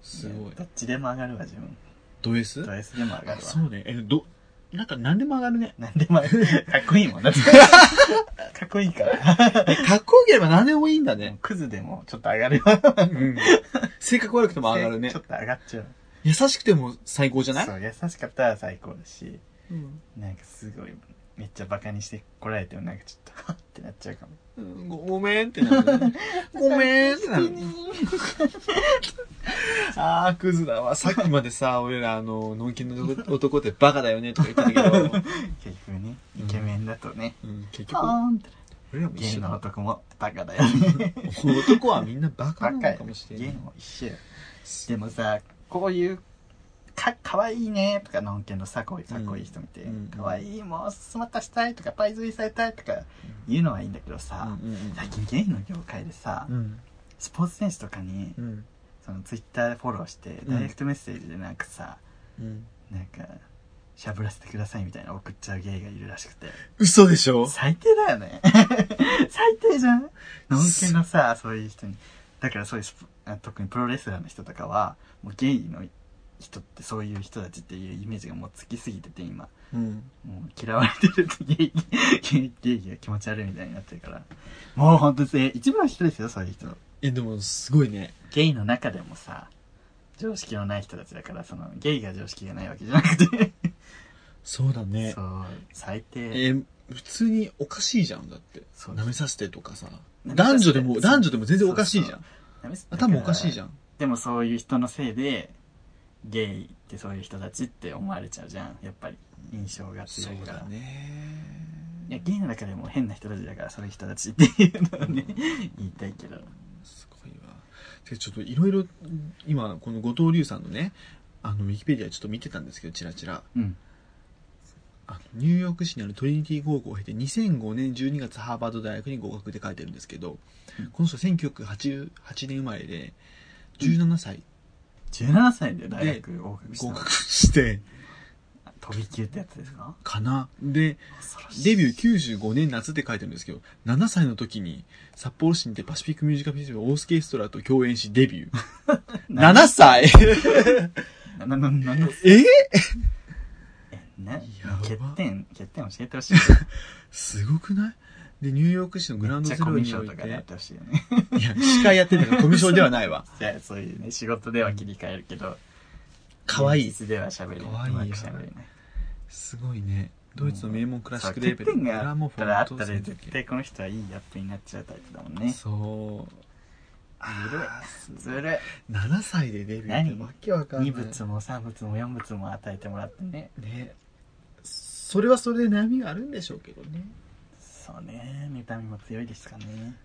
すごい
どっちでも上がるわ自分
ド S?
ド S でも上が
あ
るわ
そうねえどなんか何でも上がるね
なんでもある、かっこいいも んだって。かっこいいから。
え かっこよければ何でもいいんだね、
クズでもちょっと上がるよ。
うん、 性格悪くても上がるね
ちょっと上がっちゃう。
優しくても最高じゃない
そう、優しかったら最高だし、
うん
なんかすごい、めっちゃバカにしてこられてもなんかちょっと、はっってなっちゃうかも。
うんごごめんってな る、ね、ごめんってなる あークズだわさっきまでさ俺らあののんきの男ってバカだよねとか言ってたけ ど、
結局ね、イケメンだとね、
うん、結
ポ
局
ーンって。
俺らも
ゲ
一
イ
緒
の
だ
男もバカだよ ね。
男はみんなバカな
バカ
の
や
かもしれ
ゲ
な
イ
い
も一緒よ。でもさ、こういう、か、かわいいねとか、のんけんのさ、こういうかっこいい人見て、
うん
かわいい、もう、すまたしたいとか、パイズリされたいとか、言うのはいいんだけどさ、
うんうん
最近ゲイの業界でさ、
うん
スポーツ選手とかに、
うん
そのツイッターでフォローして、
うん
ダイレクトメッセージでなんかさ、
うん
なんか、しゃぶらせてくださいみたいな送っちゃうゲイがいるらしくて。
嘘でしょ
最低だよね。 最低じゃん。のんけのさ、そういう人に。だからそういうスポあ特にプロレスラーの人とかは、もうゲイの人ってそういう人たちっていうイメージがもうつきすぎてて今、
うん
もう嫌われてるってゲイ、 ゲイ、ゲイが気持ち悪いみたいになってるから。もう本当にね一番の人ですよ、そういう人。
えでもすごいね
ゲイの中でもさ、常識のない人たちだから、その、ゲイが常識がないわけじゃなくて。
そうだね
そう、最低。
えー普通におかしいじゃん、だって。
そう
舐めさせてとかさ。
舐めさせて
男女でも、
そう
男女でも全然おかしいじゃん。
多
頭おかしいじゃ
ん。
ん。
でもそういう人のせいで、ゲイってそういう人たちって思われちゃうじゃん。やっぱり、印象が強いから。いや、
ね。
ゲイの中でも変な人たちだから、そういう人たちっていうのをね、 言いたいけど。
すごいわ。で、ちょっといろいろ、今、この後藤龍さんのね、あの、ウィキペディアちょっと見てたんですけど、チラチラ。
うん。
あニューヨーク市にあるトリニティ高校を経て2005年12月ハーバード大学に合格で書いてるんですけど、
うん
この人1988年生まれで17歳
17歳で大学合格した
合
の
格して
飛び級ってやつですか
かなで
恐ろしい
デビュー95年夏って書いてるんですけど7歳の時に札幌市にてパシフィックミュージカルフェスティバルオースケストラと共演しデ ビュー
な
7歳
なななな
え
えね
やば
欠点欠点教えてほしい
すごくないでニューヨーク市のグランド
じゃ
スロ
あコ
ー
ミュ
にお
障
い
と
て
かでやってほしいよね
いや司会やってたからコミュ障ではないわ
じゃあ そういうね仕事では切り替えるけど
可愛い
現実では喋れない
かわいいうよ
まく喋れない
すごいねドイツの名門クラシックレーベ
欠
ル
点があ
ラモ
っ
フ
た
ォ
らあっ
ン
たで絶対この人はいいアップになっちゃうタイプだもんね
そう
ずるいずるい
7歳でデビューって
何
わけわかんない
二物も三物も四物も与えてもらってね
ねそれはそれで悩みがあるんでしょうけどね
そうね見た目も強いですかね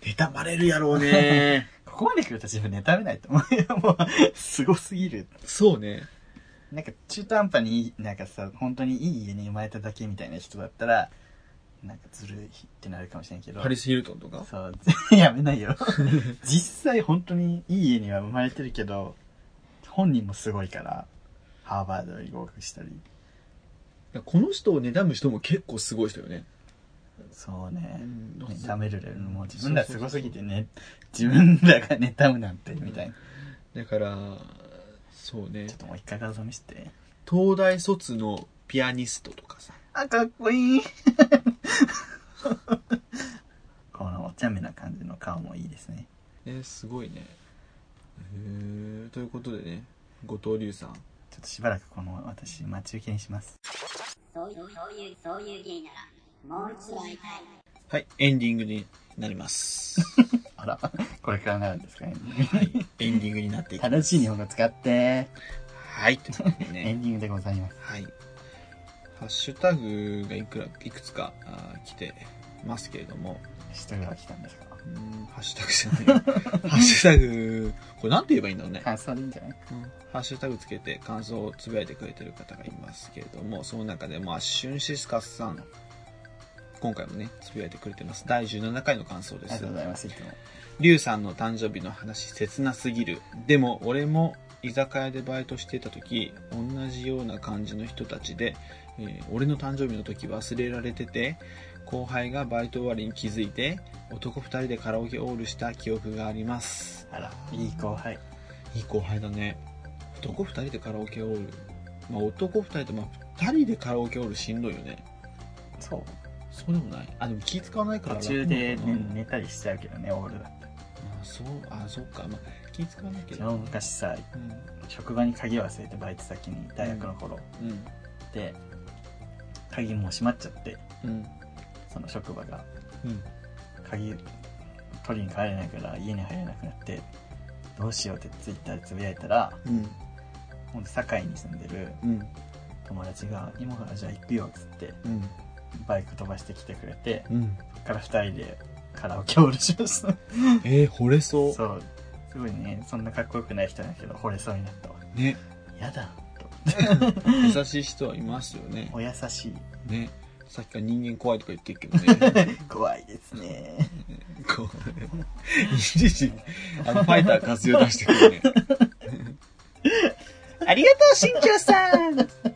妬まれるやろうね
ここまで来ると自分妬めないと思うよもうすごすぎる
そうね
なんか中途半端にいいなんかさ本当にいい家に生まれただけみたいな人だったらなんかずるいってなるかもしれんけど
ハリス・ヒルトンとか
そう やめないよ実際本当にいい家には生まれてるけど本人もすごいからハーバードに合格したり
この人を妬む人も結構すごい人よね
そうね
うん
妬めるレベルもう自分らすごすぎてね自分らが妬むなんてみたいな
だからそうね
ちょっともう一回画像見せて
東大卒のピアニストとかさ
あかっこいい このお茶目な感じの顔もいいですね
えすごいねへえということでね後藤龍さん
ちょっとしばらくこの私待ち受けにします
そういう、そういう、そういう芸なら、もう一度会いたい。
はいエンディングになります
あらこれからなるんですかね
はいエンディングになっていきます
正しい日本語使って
はいということで
エ
ね
ンディングでございます
はいハッシュタグがいくらいくつかあー来てますけれども
人が来たんですか
うーんハッシュタグじゃ ないハッシュタグこれなんて言えばいいんだろうね
感想でいいんじゃない
ハッシュタグつけて感想をつぶやいてくれてる方がいますけれども、その中で、まあ、シュンシスカスさん、今回もね、つぶやいてくれてます。第17回の感想
あ
で
りが
す
とう。ございますいつも
リュウさんの誕生日の話、切なすぎる。でも、俺も居酒屋でバイトしてた時、同じような感じの人たちで、えー俺の誕生日の時忘れられてて、後輩がバイト終わりに気づいて、男2人でカラオケオールした記憶があります。
あらいい後輩
いい後輩だね男2人でカラオケオールまあ男2人とまあ2人でカラオケオールしんどいよね
そう
そうでもないあでも気使わないから
途中で、
楽なの
ね
か、な
寝たりしちゃうけどねオールだったら
あそうあそっかまあ気使わないけ
自分も
ど
昔さ
うん
職場に鍵を忘れてバイト先に大学の頃、
うん
で鍵もう閉まっちゃって
うん
その職場が
うん
鍵取りに帰れないから家に入れなくなってどうしようってツイッターでつぶやいたら
うん
今度堺に住んでる
うん
友達が「今からじゃあ行くよ」っつって
うん
バイク飛ばしてきてくれて
うん
そっから2人でカラオケオールしました
えー、惚れそう
そうすごいねそんなかっこよくない人だけど惚れそうになったわ
ね
やだと
優しい人はいますよね
お優しい
ねさっきから人間怖いとか言ってるけどね
怖いです ね
こういちいちあのファイター活用出してくるね
ありがとう新庄さん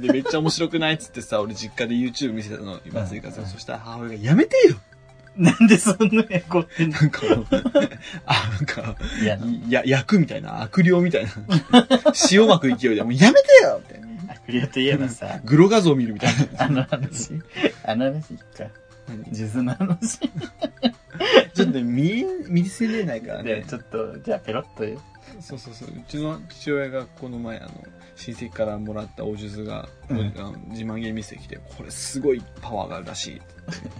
で、めっちゃ面白くないっつってさ、俺実家で YouTube 見せたの、今生活
う
を。
ん
そしたら母親が、やめてよ
なんでそんなに怒ってんの
なんかもう、あ、なんか、
いやな
や、焼くみたいな、悪霊みたいな。塩まく勢いで、もうやめてよみたいな。
クリアといえばさ
グロ画像見るみたいな。
あの話あの話いっか
何
数珠の話
ちょっと見、見せれないから
で
ね。
ちょっとじゃあペロッと
そうそうそう。うちの父親がこの前、あの、親戚からもらったお術が、
うん
あの自慢げに見せてきて、これすごいパワーがあるらしいって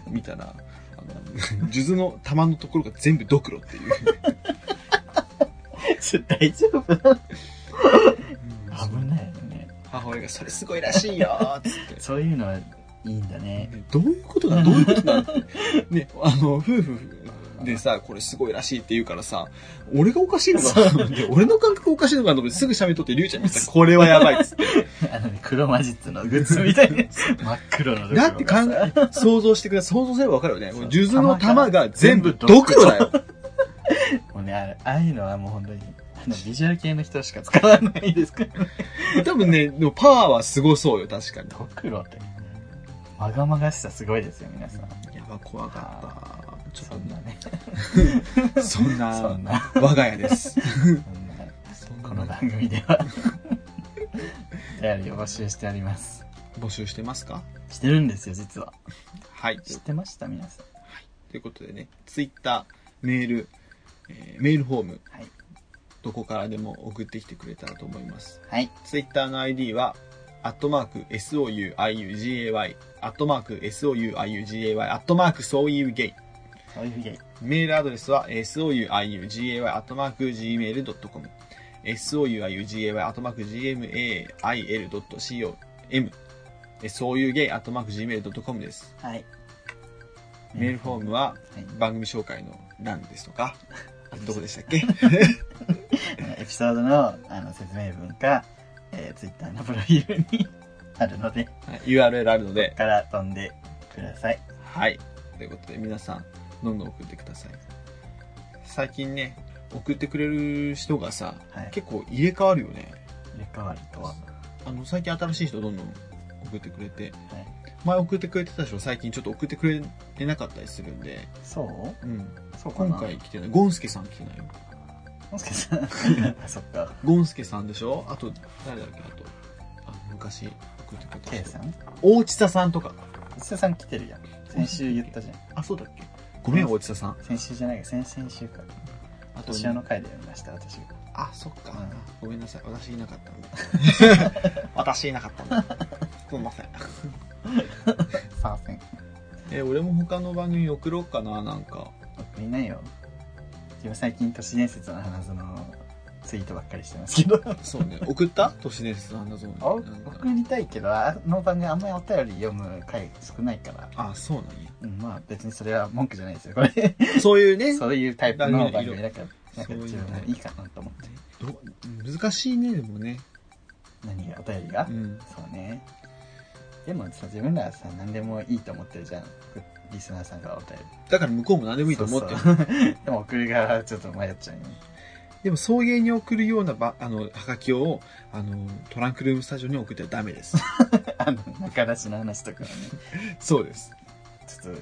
見たら、 あの、数珠の玉のところが全部ドクロっていう。
ちょ大丈夫なの危ないよね
母親がそれすごいらしいよーっつって。
そういうのはいいんだね
ねどういうことだどういうことだってね、あの、夫婦、でさ、これすごいらしいって言うからさ、俺がおかしいのかなと思って俺の感覚おかしいのかなと思ってすぐ喋っとって、りゅうちゃんにさ、これはやばいっつって。
あのね、黒魔術のグッズみたいな。真っ黒のところが
だ
さ
ってかん、想像してください。想像すればわかるよね。
そう
もう数珠の玉が全部
全部
ドクロだよ。
もうね、あれああいうのはもう本当に、あの、ビジュアル系の人しか使わないですから。
多分ね、でもパワーはすごそうよ、確かに。
ドクロって。まがまがしさすごいですよ、皆さん。
やば、怖かった。ちょ
そんなね。
っと、そん
そん
な、
な、
我が家です。
そんな、この番組で は。お便りを募集しております。
募集してますか
してるんですよ、実は。
はい。
知ってました、皆さん。
ということでね、ツイッター、メール、えーメールフォーム、
はい
どこからでも送ってきてくれたらと思います。
はい。
ツイッターの ID は、アットマーク souiugay、アットマーク souiugay、アットマークそういうゲイ。
そういうゲイ。
メールアドレスは souiugay.gmail.com souiugay.gmail.com そういうゲイ .gmail.com です。
はい。
メールフォームは
はい
番組紹介の欄ですとか、 どこでしたっけ
エピソードのあの説明文か、えー、Twitter のプロフィールにあるので、
?URL あるので、
から飛んでください。
はい。ということで皆さん、どんどん送ってください。最近ね、送ってくれる人がさ、
はい
結構入れ替わるよね。
入れ替わるとは。は
あの、最近新しい人どんどん送ってくれて、
い、
前送ってくれてた人最近ちょっと送ってくれてなかったりするんで、
そう
うん、
そうかな
今回。来てないゴンスケさん来てないよ
もしかしたら、あそっか。
ゴンスケさんでしょあと誰だっけあとあ昔送ってくれた
K
人
さん
大地田さんとか
内田さん来てるやん。先週言ったじゃ ん。
あそうだっけごめん大地田さん
先週じゃないか、先々週か。
あと
年上の回で読みました、私が。
あそっか、
うん
ごめんなさい私いなかったんで 私いなかったんでごめんなさい
サーフェン。
え俺も他の番組送ろうかななんか
送りなよ。自分最近都市伝説の話のツイートばっかりしてますけど。
そうね送った都市伝説のアンダゾーンに
あ
なんか
送りたいけど、あの番組あんまりお便り読む回少ないから。
あそうなん
うん、まあ別にそれは文句じゃないですよ、これ。
やそういうね
そういうタイプの番組だから、なん
そ
か
ういう
自分もいいかなと思って。
ど難しいねでもね
何が、お便りが、
うん
そうね。でもさ、自分らはさ、何でもいいと思ってるじゃん。リスナーさんがお便り。
だから向こうも何でもいいと思ってる
そうそうでも送る側はちょっと迷っちゃうよね。
でも送迎に送るようなばあのはがきをあのトランクルームスタジオに送ってはダメです
あの、仲出しの話とかはね、
そうです
ちょっ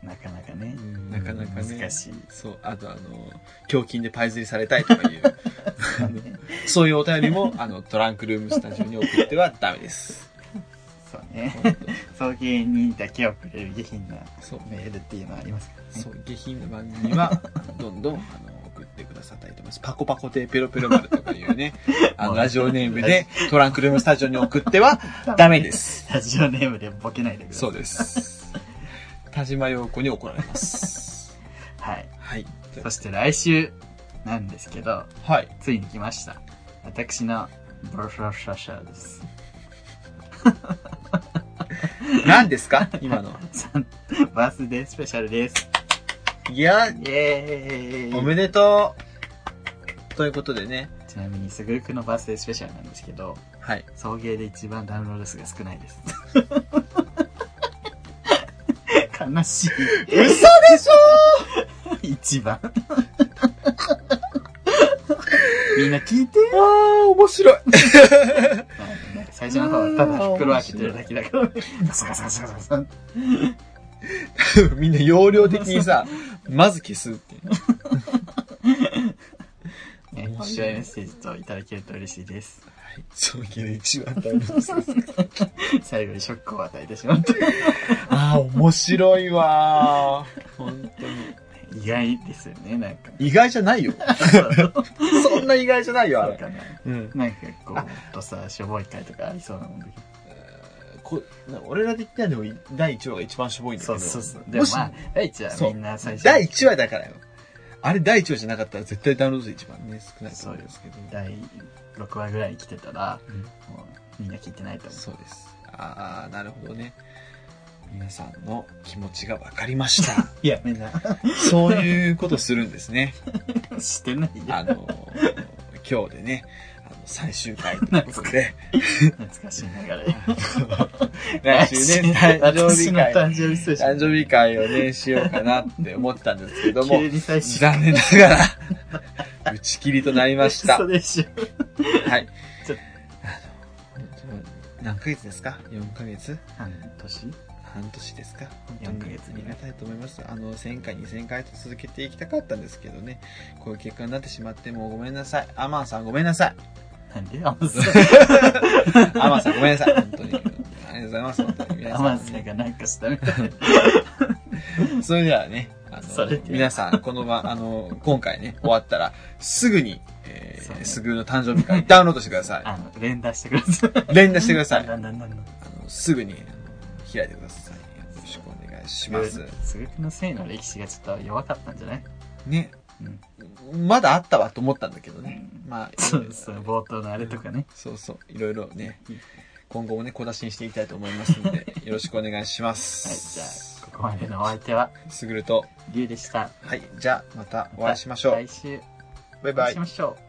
と、なかなかね。
なかなかね
難しい。
そうあとあの胸筋でパイ釣りされたいとかいう そういうお便りもあのトランクルームスタジオに送ってはダメです
そうね。送迎にだけ送れる下品な
そう
メールっていうのはありますからね。
そう下品な番組 はどんどんあの送ってくださったりとかパコパコ亭ペロペロ丸とかいう ねあのラジオネームでトランクルームスタジオに送ってはダメです
ラジオネームでボケないでください。
そう です。田島陽子に怒られます。
はい。
はい。
そして来週なんですけど、
はい。
ついに来ました。私のブロフロシャシャです。
何ですか今の。
さんバースデースペシャルです。
いや、
イエーイ
おめでとう。ということでね。
ちなみに、すぐるくんのバースデースペシャルなんですけど、
はい。
送迎で一番ダウンロード数が少ないです。悲し
嘘
い。
でしょ
一番。みんな聞いて。
あー、面白い。
最初の方はただ袋開けてるだけだから、ガサガサガサガサ。
みんな容量的にさ、まず消すって。
ね、
面
面
白
白
い
いメッセージといただけると嬉しいです。
そういう一番大事です。
最後にショックを与えてしまって。
あー、面白いわー。本当に。
意外ですよね、なんか。
意外じゃないよ。
そう
そんな意外じゃないよ、あ
か
れ。
な。
うん。
なんかこう、もっとさ、しょぼい回とかありそうなもんだけど。
こな俺ら的にはでも第1話が一番しょぼいんだけ
そ
ど。
うそうそう。で
も
も
し
まあ、第一は
そう
みんな最初。
第1話だからよ。あれ第1話じゃなかったら絶対ダウンロード数一番ね、少ないと
そう
思うん
で
です
す
け
け
ど
ど。。第6話ぐらいに来てたら、
うん
もうみんな聞いてないと思う。
そうです。ああ、なるほどね。皆さんの気持ちが分かりま した。
いや、みんな、
そういうことするんですね。
してないよ。
あの、今日でね、あの最終回と いうことで、
懐かしい流れ。
来週 ね、誕生日
私の
会、
誕生日スペシャ
誕
ル。
生日会をね、しようかなって思ったんですけど も
急、に最終
残念ながら、打ち切りとなりました。
嘘
は
でしょ。
い
ちょっ。
あの何ヶ月ですか ?4 ヶ月
半年
半年ですか本当
4ヶ
に
月
あ
ぐらい
りがたいと思います。あの、1000回、2000回と続けていきたかったんですけどね、こういう結果になってしまってもうごめんなさい。アマンさんごめんなさい。
なんであ、そう。
アマンさんごめんなさい。本当に。ありがとうございます。本当に皆
ア
さん、
マンさんがなんかしたみたい。
それではね、あ
それ
の
で、
皆さん、この 場、あの、今回ね、終わったら、すぐに、え
そう
ー、
ね
すぐの誕生日会 ダウンロードしてくださ
あの、連打 してください。
い。連打してくだ さい。
だんだんだんだん。
あのすぐに、あの開いてください。よろしくお願いします。
すぐくのせいの歴史がちょっと弱かったんじゃない
ね。まだあったわと思ったんだけどね。まあ、
そうそう、冒頭のあれとかね。
そうそう、いろいろね、今後もね、小出しにしていきたいと思いますので、 よろしくお願いしま
はい、じゃ
す。
あ、ここまでのお相手は、
すぐると、
りゅうでした。
はい、じゃあ、またお会いしましょう
来。週、
バイ
お
バ
会い
イ
し。ましょう。